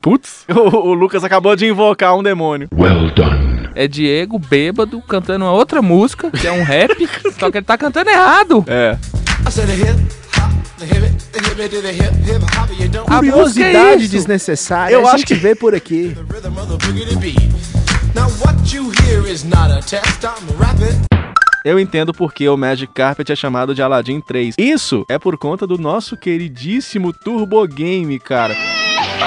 Putz. O, o Lucas acabou de invocar um demônio. Well done. É Diego bêbado cantando uma outra música, que é um rap, só que ele tá cantando errado. É. A música é Curiosidade isso. desnecessária. Eu a acho gente vê por aqui. Now what you hear is not a test, I'm rapping. Eu entendo porque o Magic Carpet é chamado de Aladdin 3. Isso é por conta do nosso queridíssimo Turbo Game, cara.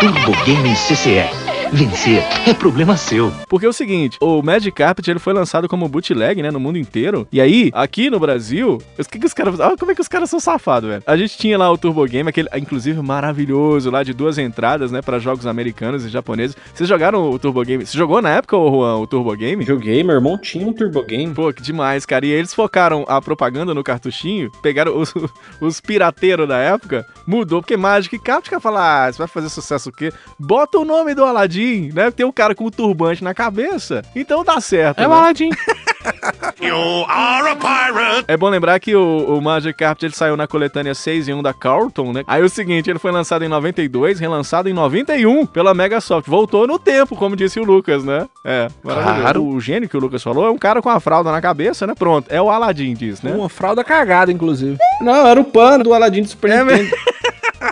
Turbo Game CCE. Vencer é problema seu. Porque é o seguinte, o Magic Carpet ele foi lançado como bootleg, né, no mundo inteiro. E aí, aqui no Brasil, os que que os caras, ah, como é que os caras são safados, velho? A gente tinha lá o Turbo Game, aquele inclusive maravilhoso lá de duas entradas, né, para jogos americanos e japoneses. Vocês jogaram o Turbo Game? Você jogou na época, ô Juan, o Turbo Game? Joguei, meu irmão tinha um Turbo Game. Pô, que demais, cara. E eles focaram a propaganda no cartuchinho, pegaram os, os pirateiros da época, mudou, porque Magic Carpet quer falar, ah, você vai fazer sucesso o quê? Bota o nome do Aladdin, né? Tem um cara com um turbante na cabeça, então dá certo. É o né? Aladdin. You are a pirate. É bom lembrar que o, o Magic Carpet ele saiu na coletânea 6 e 1 da Carlton, né? Aí o seguinte, ele foi lançado em 92, relançado em 91 pela Megasoft. Voltou no tempo, como disse o Lucas, né? É, maravilhoso. Claro. O gênio que o Lucas falou é um cara com a fralda na cabeça, né? Pronto, é o Aladdin diz, né? Uma fralda cagada, inclusive. Não, era o pano do Aladdin do Super Nintendo.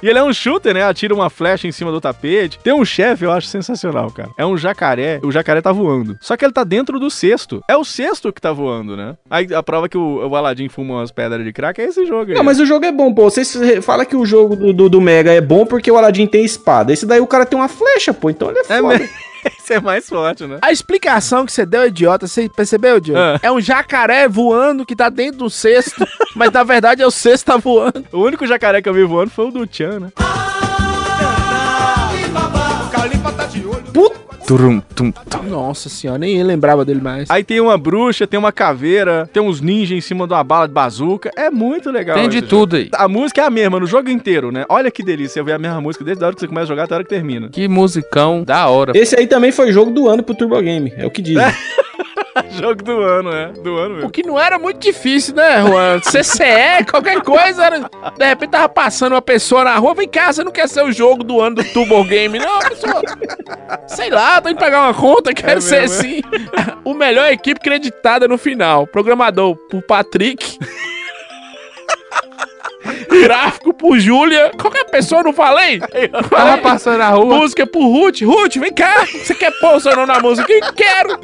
E ele é um shooter, né? Atira uma flecha em cima do tapete. Tem um chefe, eu acho sensacional, cara. É um jacaré. O jacaré tá voando. Só que ele tá dentro do cesto. É o cesto que tá voando, né? Aí a prova que o, o Aladdin fuma umas pedras de crack é esse jogo aí. Não, mas o jogo é bom, pô. Vocês falam que o jogo do, do, do Mega é bom porque o Aladdin tem espada. Esse daí o cara tem uma flecha, pô. Então ele é É foda. mesmo. Esse é mais forte, né? A explicação que você deu, idiota, você percebeu, idiota? É um jacaré voando que tá dentro do cesto, mas na verdade é o cesto tá voando. O único jacaré que eu vi voando foi o do Tchan, né? Puta! turum, tum, tum. Nossa senhora, nem eu lembrava dele mais. Aí tem uma bruxa, tem uma caveira, tem uns ninjas em cima de uma bala de bazuca. É muito legal. Tem de esse tudo aí. jogo. A música é a mesma no jogo inteiro, né? Olha que delícia. Eu ver a mesma música desde a hora que você começa a jogar até a hora que termina. Que musicão da hora. Esse aí também foi jogo do ano pro Turbo Game. É o que diz. jogo do ano, é. Do ano mesmo. O que não era muito difícil, né, Juan? CCE, qualquer coisa. Era... De repente tava passando uma pessoa na rua. Vem cá, você não quer ser o jogo do ano do Turbo Game? Não, pessoa. Sei lá, tô indo pagar uma conta, quero ser assim." mesmo, sim. O melhor equipe creditada no final. Programador por Patrick. Gráfico por Júlia. Qualquer pessoa, eu não falei? Tava passando na rua. Música pro Ruth. Ruth, vem cá. Você quer pôr o seu nome na música? Eu Quero.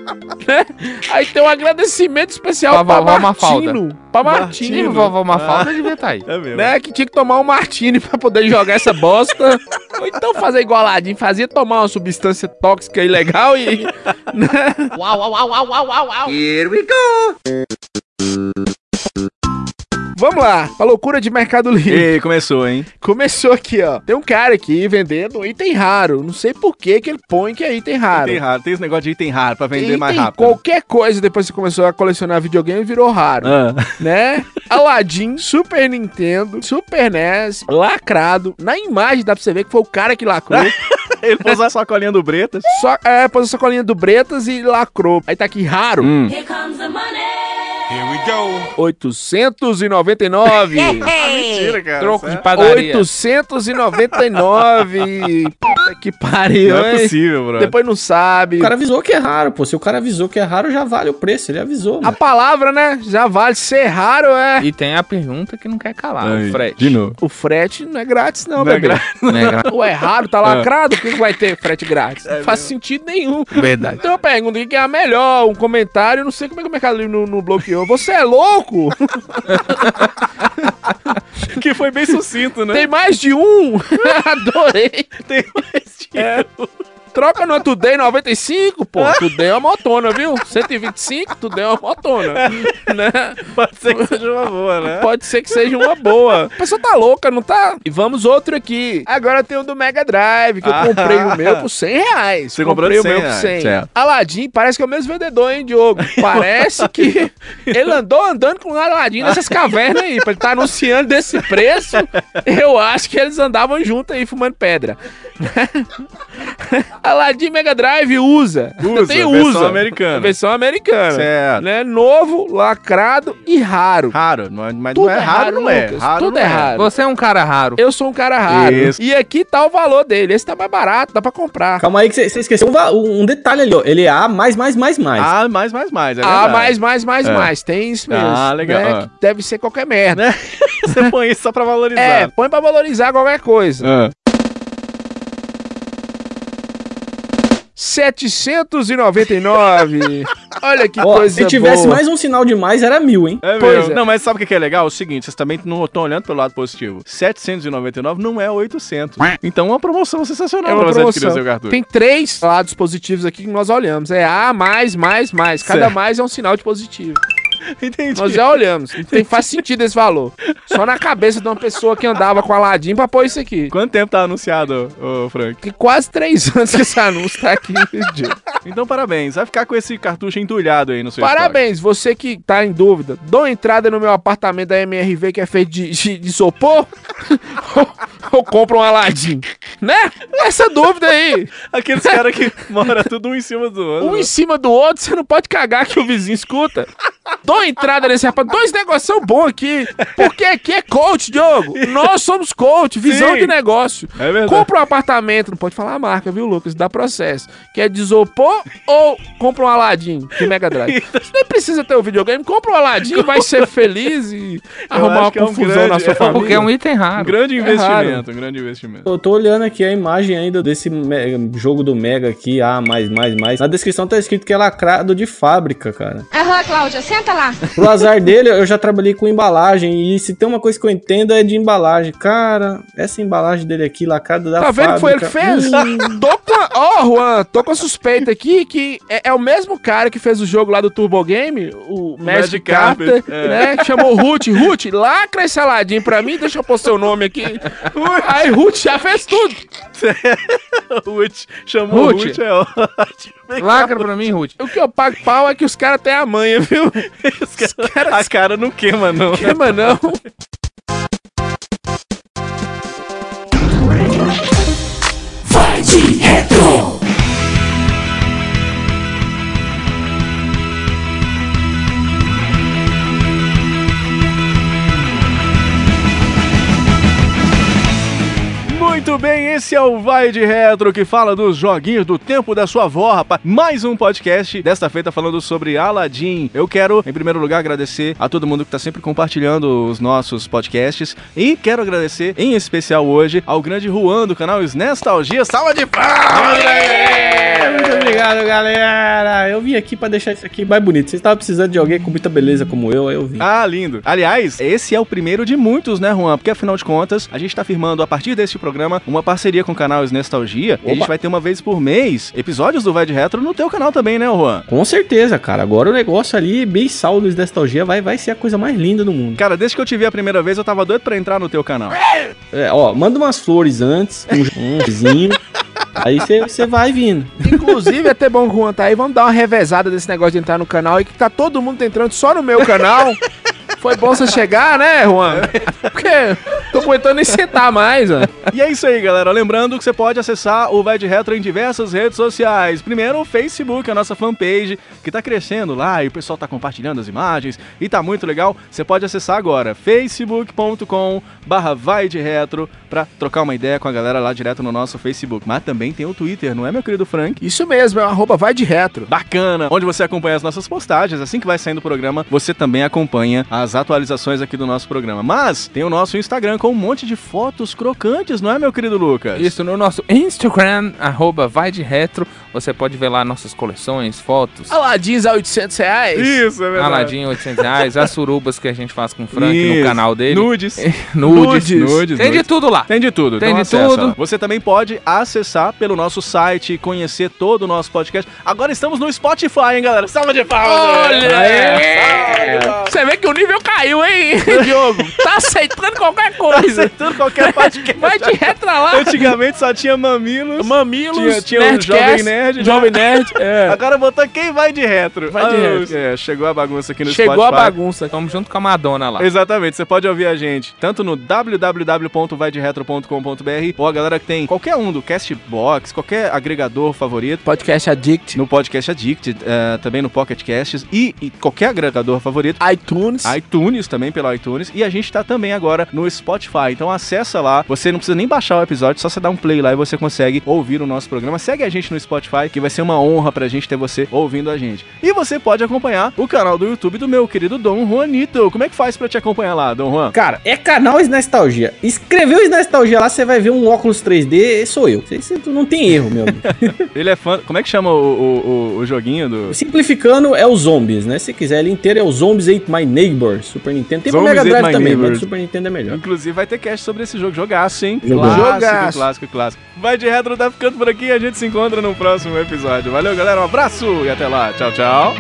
Né? Aí tem um agradecimento especial Pra pra, vovó Martino. Mafalda. Pra Se Martino. vovó Mafalda, devia tá aí. É mesmo. Né? Que tinha que tomar um Martini pra poder jogar essa bosta. Ou então fazer igualadinho. Fazia tomar uma substância tóxica ilegal e... né? Uau, uau, uau, uau, uau, uau. Here we go. Vamos lá. A loucura de Mercado Livre. Ei, começou, hein? Começou aqui, ó. Tem um cara aqui vendendo um item raro. Não sei por que que ele põe que é item raro. Item raro. Tem esse negócio de item raro pra vender mais Item- rápido. né? Qualquer coisa depois que começou a colecionar videogame virou raro, Ah. né? Aladdin, Super Nintendo, Super NES, lacrado. Na imagem dá pra você ver que foi o cara que lacrou. Ele pôs a sacolinha do Bretas. Só, é, pôs a sacolinha do Bretas e lacrou. Aí tá aqui raro. Here comes the money. 899. Mentira, cara. Troco Isso de é- padaria. 899. Puta que pariu, Não é hein? possível, bro. Depois não sabe. O cara avisou que é raro, pô. Se o cara avisou que é raro, já vale o preço. Ele avisou. A mano. palavra, né? Já vale. Ser raro é. E tem a pergunta que não quer calar, Aí, o Fred. De novo. O frete não é grátis, não, Não é bebê. Né, gra- Ou é raro, tá lacrado, por que que vai ter frete grátis? não faz sentido nenhum. Verdade. Então eu pergunto, o que que é a melhor? Um comentário, eu não sei como é que o Mercado Livre não, não bloqueou. Você é louco? Que foi bem sucinto, né? Tem mais de um? Adorei. Tem mais de um. Ah. Troca no Today 95, pô. Today é uma motona, viu? 125, Today é uma motona. É. né? Pode ser que seja uma boa, né? Pode ser que seja uma boa. A pessoa tá louca, não tá? E vamos outro aqui. Agora tem o do Mega Drive, que Ah. eu comprei o meu por 100 reais. Você comprou comprei de o meu por 100 reais, 100. certo. Aladim parece que é o mesmo vendedor, hein, Diogo? Parece que ele andou andando com o Aladim nessas cavernas aí, pra ele tá anunciando desse preço. Eu acho que eles andavam junto aí, fumando pedra. Aladim Mega Drive usa. Usa, tem versão usa. americana. Versão americana. Certo. Né? Novo, lacrado e raro. Raro, mas mas Tudo não é é raro, raro, não é. Lucas, Raro tudo não é raro. Você é um cara raro. Eu sou um cara raro. Isso. E aqui tá o valor dele. Esse tá mais barato, dá pra comprar. Calma aí que você esqueceu um, va- um detalhe ali, ó. Ele é A, mais, mais, mais, mais. Ah, mais, mais, mais. É ah, verdade. mais, mais, mais, É. mais. Tem isso mesmo. Ah, legal. né? Ah. Que deve ser qualquer merda. Né? Você põe isso só pra valorizar. É, põe pra valorizar qualquer coisa. Ah. 799. Olha que Ó, coisa se tivesse boa. mais um sinal de mais, era mil, hein? É Pois mesmo. é. Não, mas sabe o que que é legal? É o seguinte, vocês também não estão olhando pelo lado positivo. 799 não é 800. Então é uma promoção sensacional É uma pra você adquirir promoção. o seu cartucho. Tem três lados positivos aqui que nós olhamos. É A, mais, mais, mais. Cada Certo. mais é um sinal de positivo. Entendi. Nós já olhamos. Não tem, faz sentido esse valor. Só na cabeça de uma pessoa que andava com Aladim pra pôr isso aqui. Quanto tempo tá anunciado, ô Frank? Que quase três anos que esse anúncio tá aqui. Diogo. Então parabéns, vai ficar com esse cartucho entulhado aí no seu Parabéns, você que tá em dúvida. Dou entrada no meu apartamento da MRV que é feito de, de, de sopor? ou, ou compro um Aladim? Né? Essa dúvida aí. Aqueles caras que moram tudo um em cima do outro. Um em cima do outro, você não pode cagar que o vizinho escuta. Dou entrada nesse rapaz. Dois negócios bons aqui. Porque aqui é coach, Diogo. Nós somos coach, visão Sim. de negócio. É verdade. Compra um apartamento, não pode falar a marca, viu, Lucas? Dá processo. Quer de isopor ou compra um Aladim de Mega Drive? Você nem precisa ter o videogame, compra um Aladim, vai ser feliz e arrumar uma acho que é um confusão grande- na sua é um- família. Porque é um item raro. Um grande É raro. investimento, um grande investimento. Eu tô olhando aqui a imagem ainda desse me- jogo do Mega aqui, ah, mais, mais, mais. Na descrição tá escrito que é lacrado de fábrica, cara. Aham, Cláudia, senta lá. Pro azar dele, eu já trabalhei com embalagem. E se tem uma coisa que eu entendo é de embalagem. Cara, essa embalagem dele aqui, lacrada da Tá vendo que foi ele fábrica. Hum, que fez? tô com a... Ó, Juan, tô com a suspeita aqui que é, é o mesmo cara que fez o jogo lá do Turbo Game, o Magic, Magic Carter, Carpet, é. né? Que chamou o Ruth. Ruth, lacra esse Aladim pra mim, deixa eu pôr seu nome aqui. Aí Ruth já fez tudo. Ruth, chamou o Ruth. Ruth, é ótimo. Lacra pra mim, Ruth. O que eu pago pau é que os caras têm a manha, viu? Os caras A cara não queima, não. queima não. Vai de retro. Muito bem, esse é o Vai de Retro que fala dos joguinhos do tempo da sua avó, rapaz. Mais um podcast, desta feita falando sobre Aladdin. Eu quero, em primeiro lugar, agradecer a todo mundo que tá sempre compartilhando os nossos podcasts. E quero agradecer, em especial hoje, ao grande Juan do canal Snestalgia. Salva de palmas! É, Muito obrigado, galera. Eu vim aqui pra deixar isso aqui mais bonito. Vocês estavam precisando de alguém com muita beleza como eu, aí eu vim. Ah, lindo. Aliás, esse é o primeiro de muitos, né, Juan? Porque afinal de contas, a gente tá firmando a partir deste programa uma parceria com o canal Nostalgia. E a gente Opa. vai ter uma vez por mês episódios do Vai de Retro no teu canal também, né, Juan? Com certeza, cara. Agora o negócio ali, bem saldo e nostalgia, vai, vai ser a coisa mais linda do mundo. Cara, desde que eu te vi a primeira vez, eu tava doido pra entrar no teu canal. É, ó, manda umas flores antes, um vizinho. aí você vai vindo. Inclusive, é até bom que o Juan tá aí. Vamos dar uma revezada desse negócio de entrar no canal aí, que tá todo mundo entrando só no meu canal. Foi bom você chegar, né, Juan? É. Porque tô aguentando nem sentar mais, ó. E é isso aí, galera. Lembrando que você pode acessar o Vai de Retro em diversas redes sociais. Primeiro, o Facebook, a nossa fanpage, que tá crescendo lá e o pessoal tá compartilhando as imagens e tá muito legal. Você pode acessar agora, facebook.com barra vai de retro, pra trocar uma ideia com a galera lá direto no nosso Facebook. Mas também tem o Twitter, não é, meu querido Frank? Isso mesmo, é uma roupa vai de retro. Bacana, onde você acompanha as nossas postagens. Assim que vai saindo o programa, você também acompanha as atualizações aqui do nosso programa. Mas tem o nosso Instagram com um monte de fotos crocantes, não é, meu querido Lucas? Isso, no nosso Instagram, arroba vai de retro, você pode ver lá nossas coleções, fotos. Aladins a 800 reais. Isso, é verdade. Aladim, 800 reais, as surubas que a gente faz com o Frank Isso. no canal dele. Nudes. Nudes. Nudes, Tem de nudes. tudo lá. Tem de tudo. Tem então de acessa tudo. lá. Você também pode acessar pelo nosso site, conhecer todo o nosso podcast. Agora estamos no Spotify, hein, galera? Salva de palmas! Olha! Aê! Salva Você vê que o nível caiu, hein, Diogo? Tá aceitando qualquer coisa. Tá aceitando qualquer podcast. Vai de retro lá. Antigamente só tinha mamilos. Mamilos, Tinha, tinha o Nerdcast, Jovem Nerd. né? Jovem Nerd, é. Agora botou quem vai de retro. Vai de Ah, retro. é, chegou a bagunça aqui no Chegou Spotify. a bagunça. Então, Estamos junto com a Madonna lá. Exatamente, você pode ouvir a gente tanto no www.vaideretro.com.br ou a galera que tem qualquer um do Castbox, qualquer agregador favorito. Podcast Addict. No Podcast Addict, eh, também no Pocket Casts e, e qualquer agregador favorito. iTunes. iTunes também pelo iTunes e a gente tá também agora no Spotify. Então acessa lá, você não precisa nem baixar o episódio, só você dá um play lá e você consegue ouvir o nosso programa. Segue a gente no Spotify, que vai ser uma honra pra gente ter você ouvindo a gente. E você pode acompanhar o canal do YouTube do meu querido Dom Juanito. Como é que faz pra te acompanhar lá, Dom Juan? Cara, é canal Esnestalgia. Escreveu Esnestalgia lá, você vai ver um óculos 3D, sou eu. Você, você- tu não tem erro, meu amigo. Ele é fã. Como é que chama o, o, o- o joguinho do. Simplificando, é o Zombies, né? Se quiser, ele inteiro é o Zombies Ate My Neighbor, Super Nintendo. Tem pro Zombies Ate Mega Drive My também, mas Neighbor. o Super Nintendo é melhor. Inclusive vai ter cast sobre esse jogo. Jogaço, hein? Jogaço. Clássico, Jogaço. clássico, clássico. Vai de retro, tá ficando por aqui. A gente se encontra no próximo episódio. Valeu, galera. Um abraço e até lá. Tchau, tchau.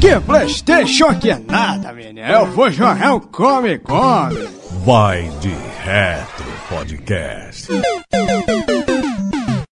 Que Playstation que é nada, menino. Eu vou jogar o Come Come. Vai de Retro Podcast.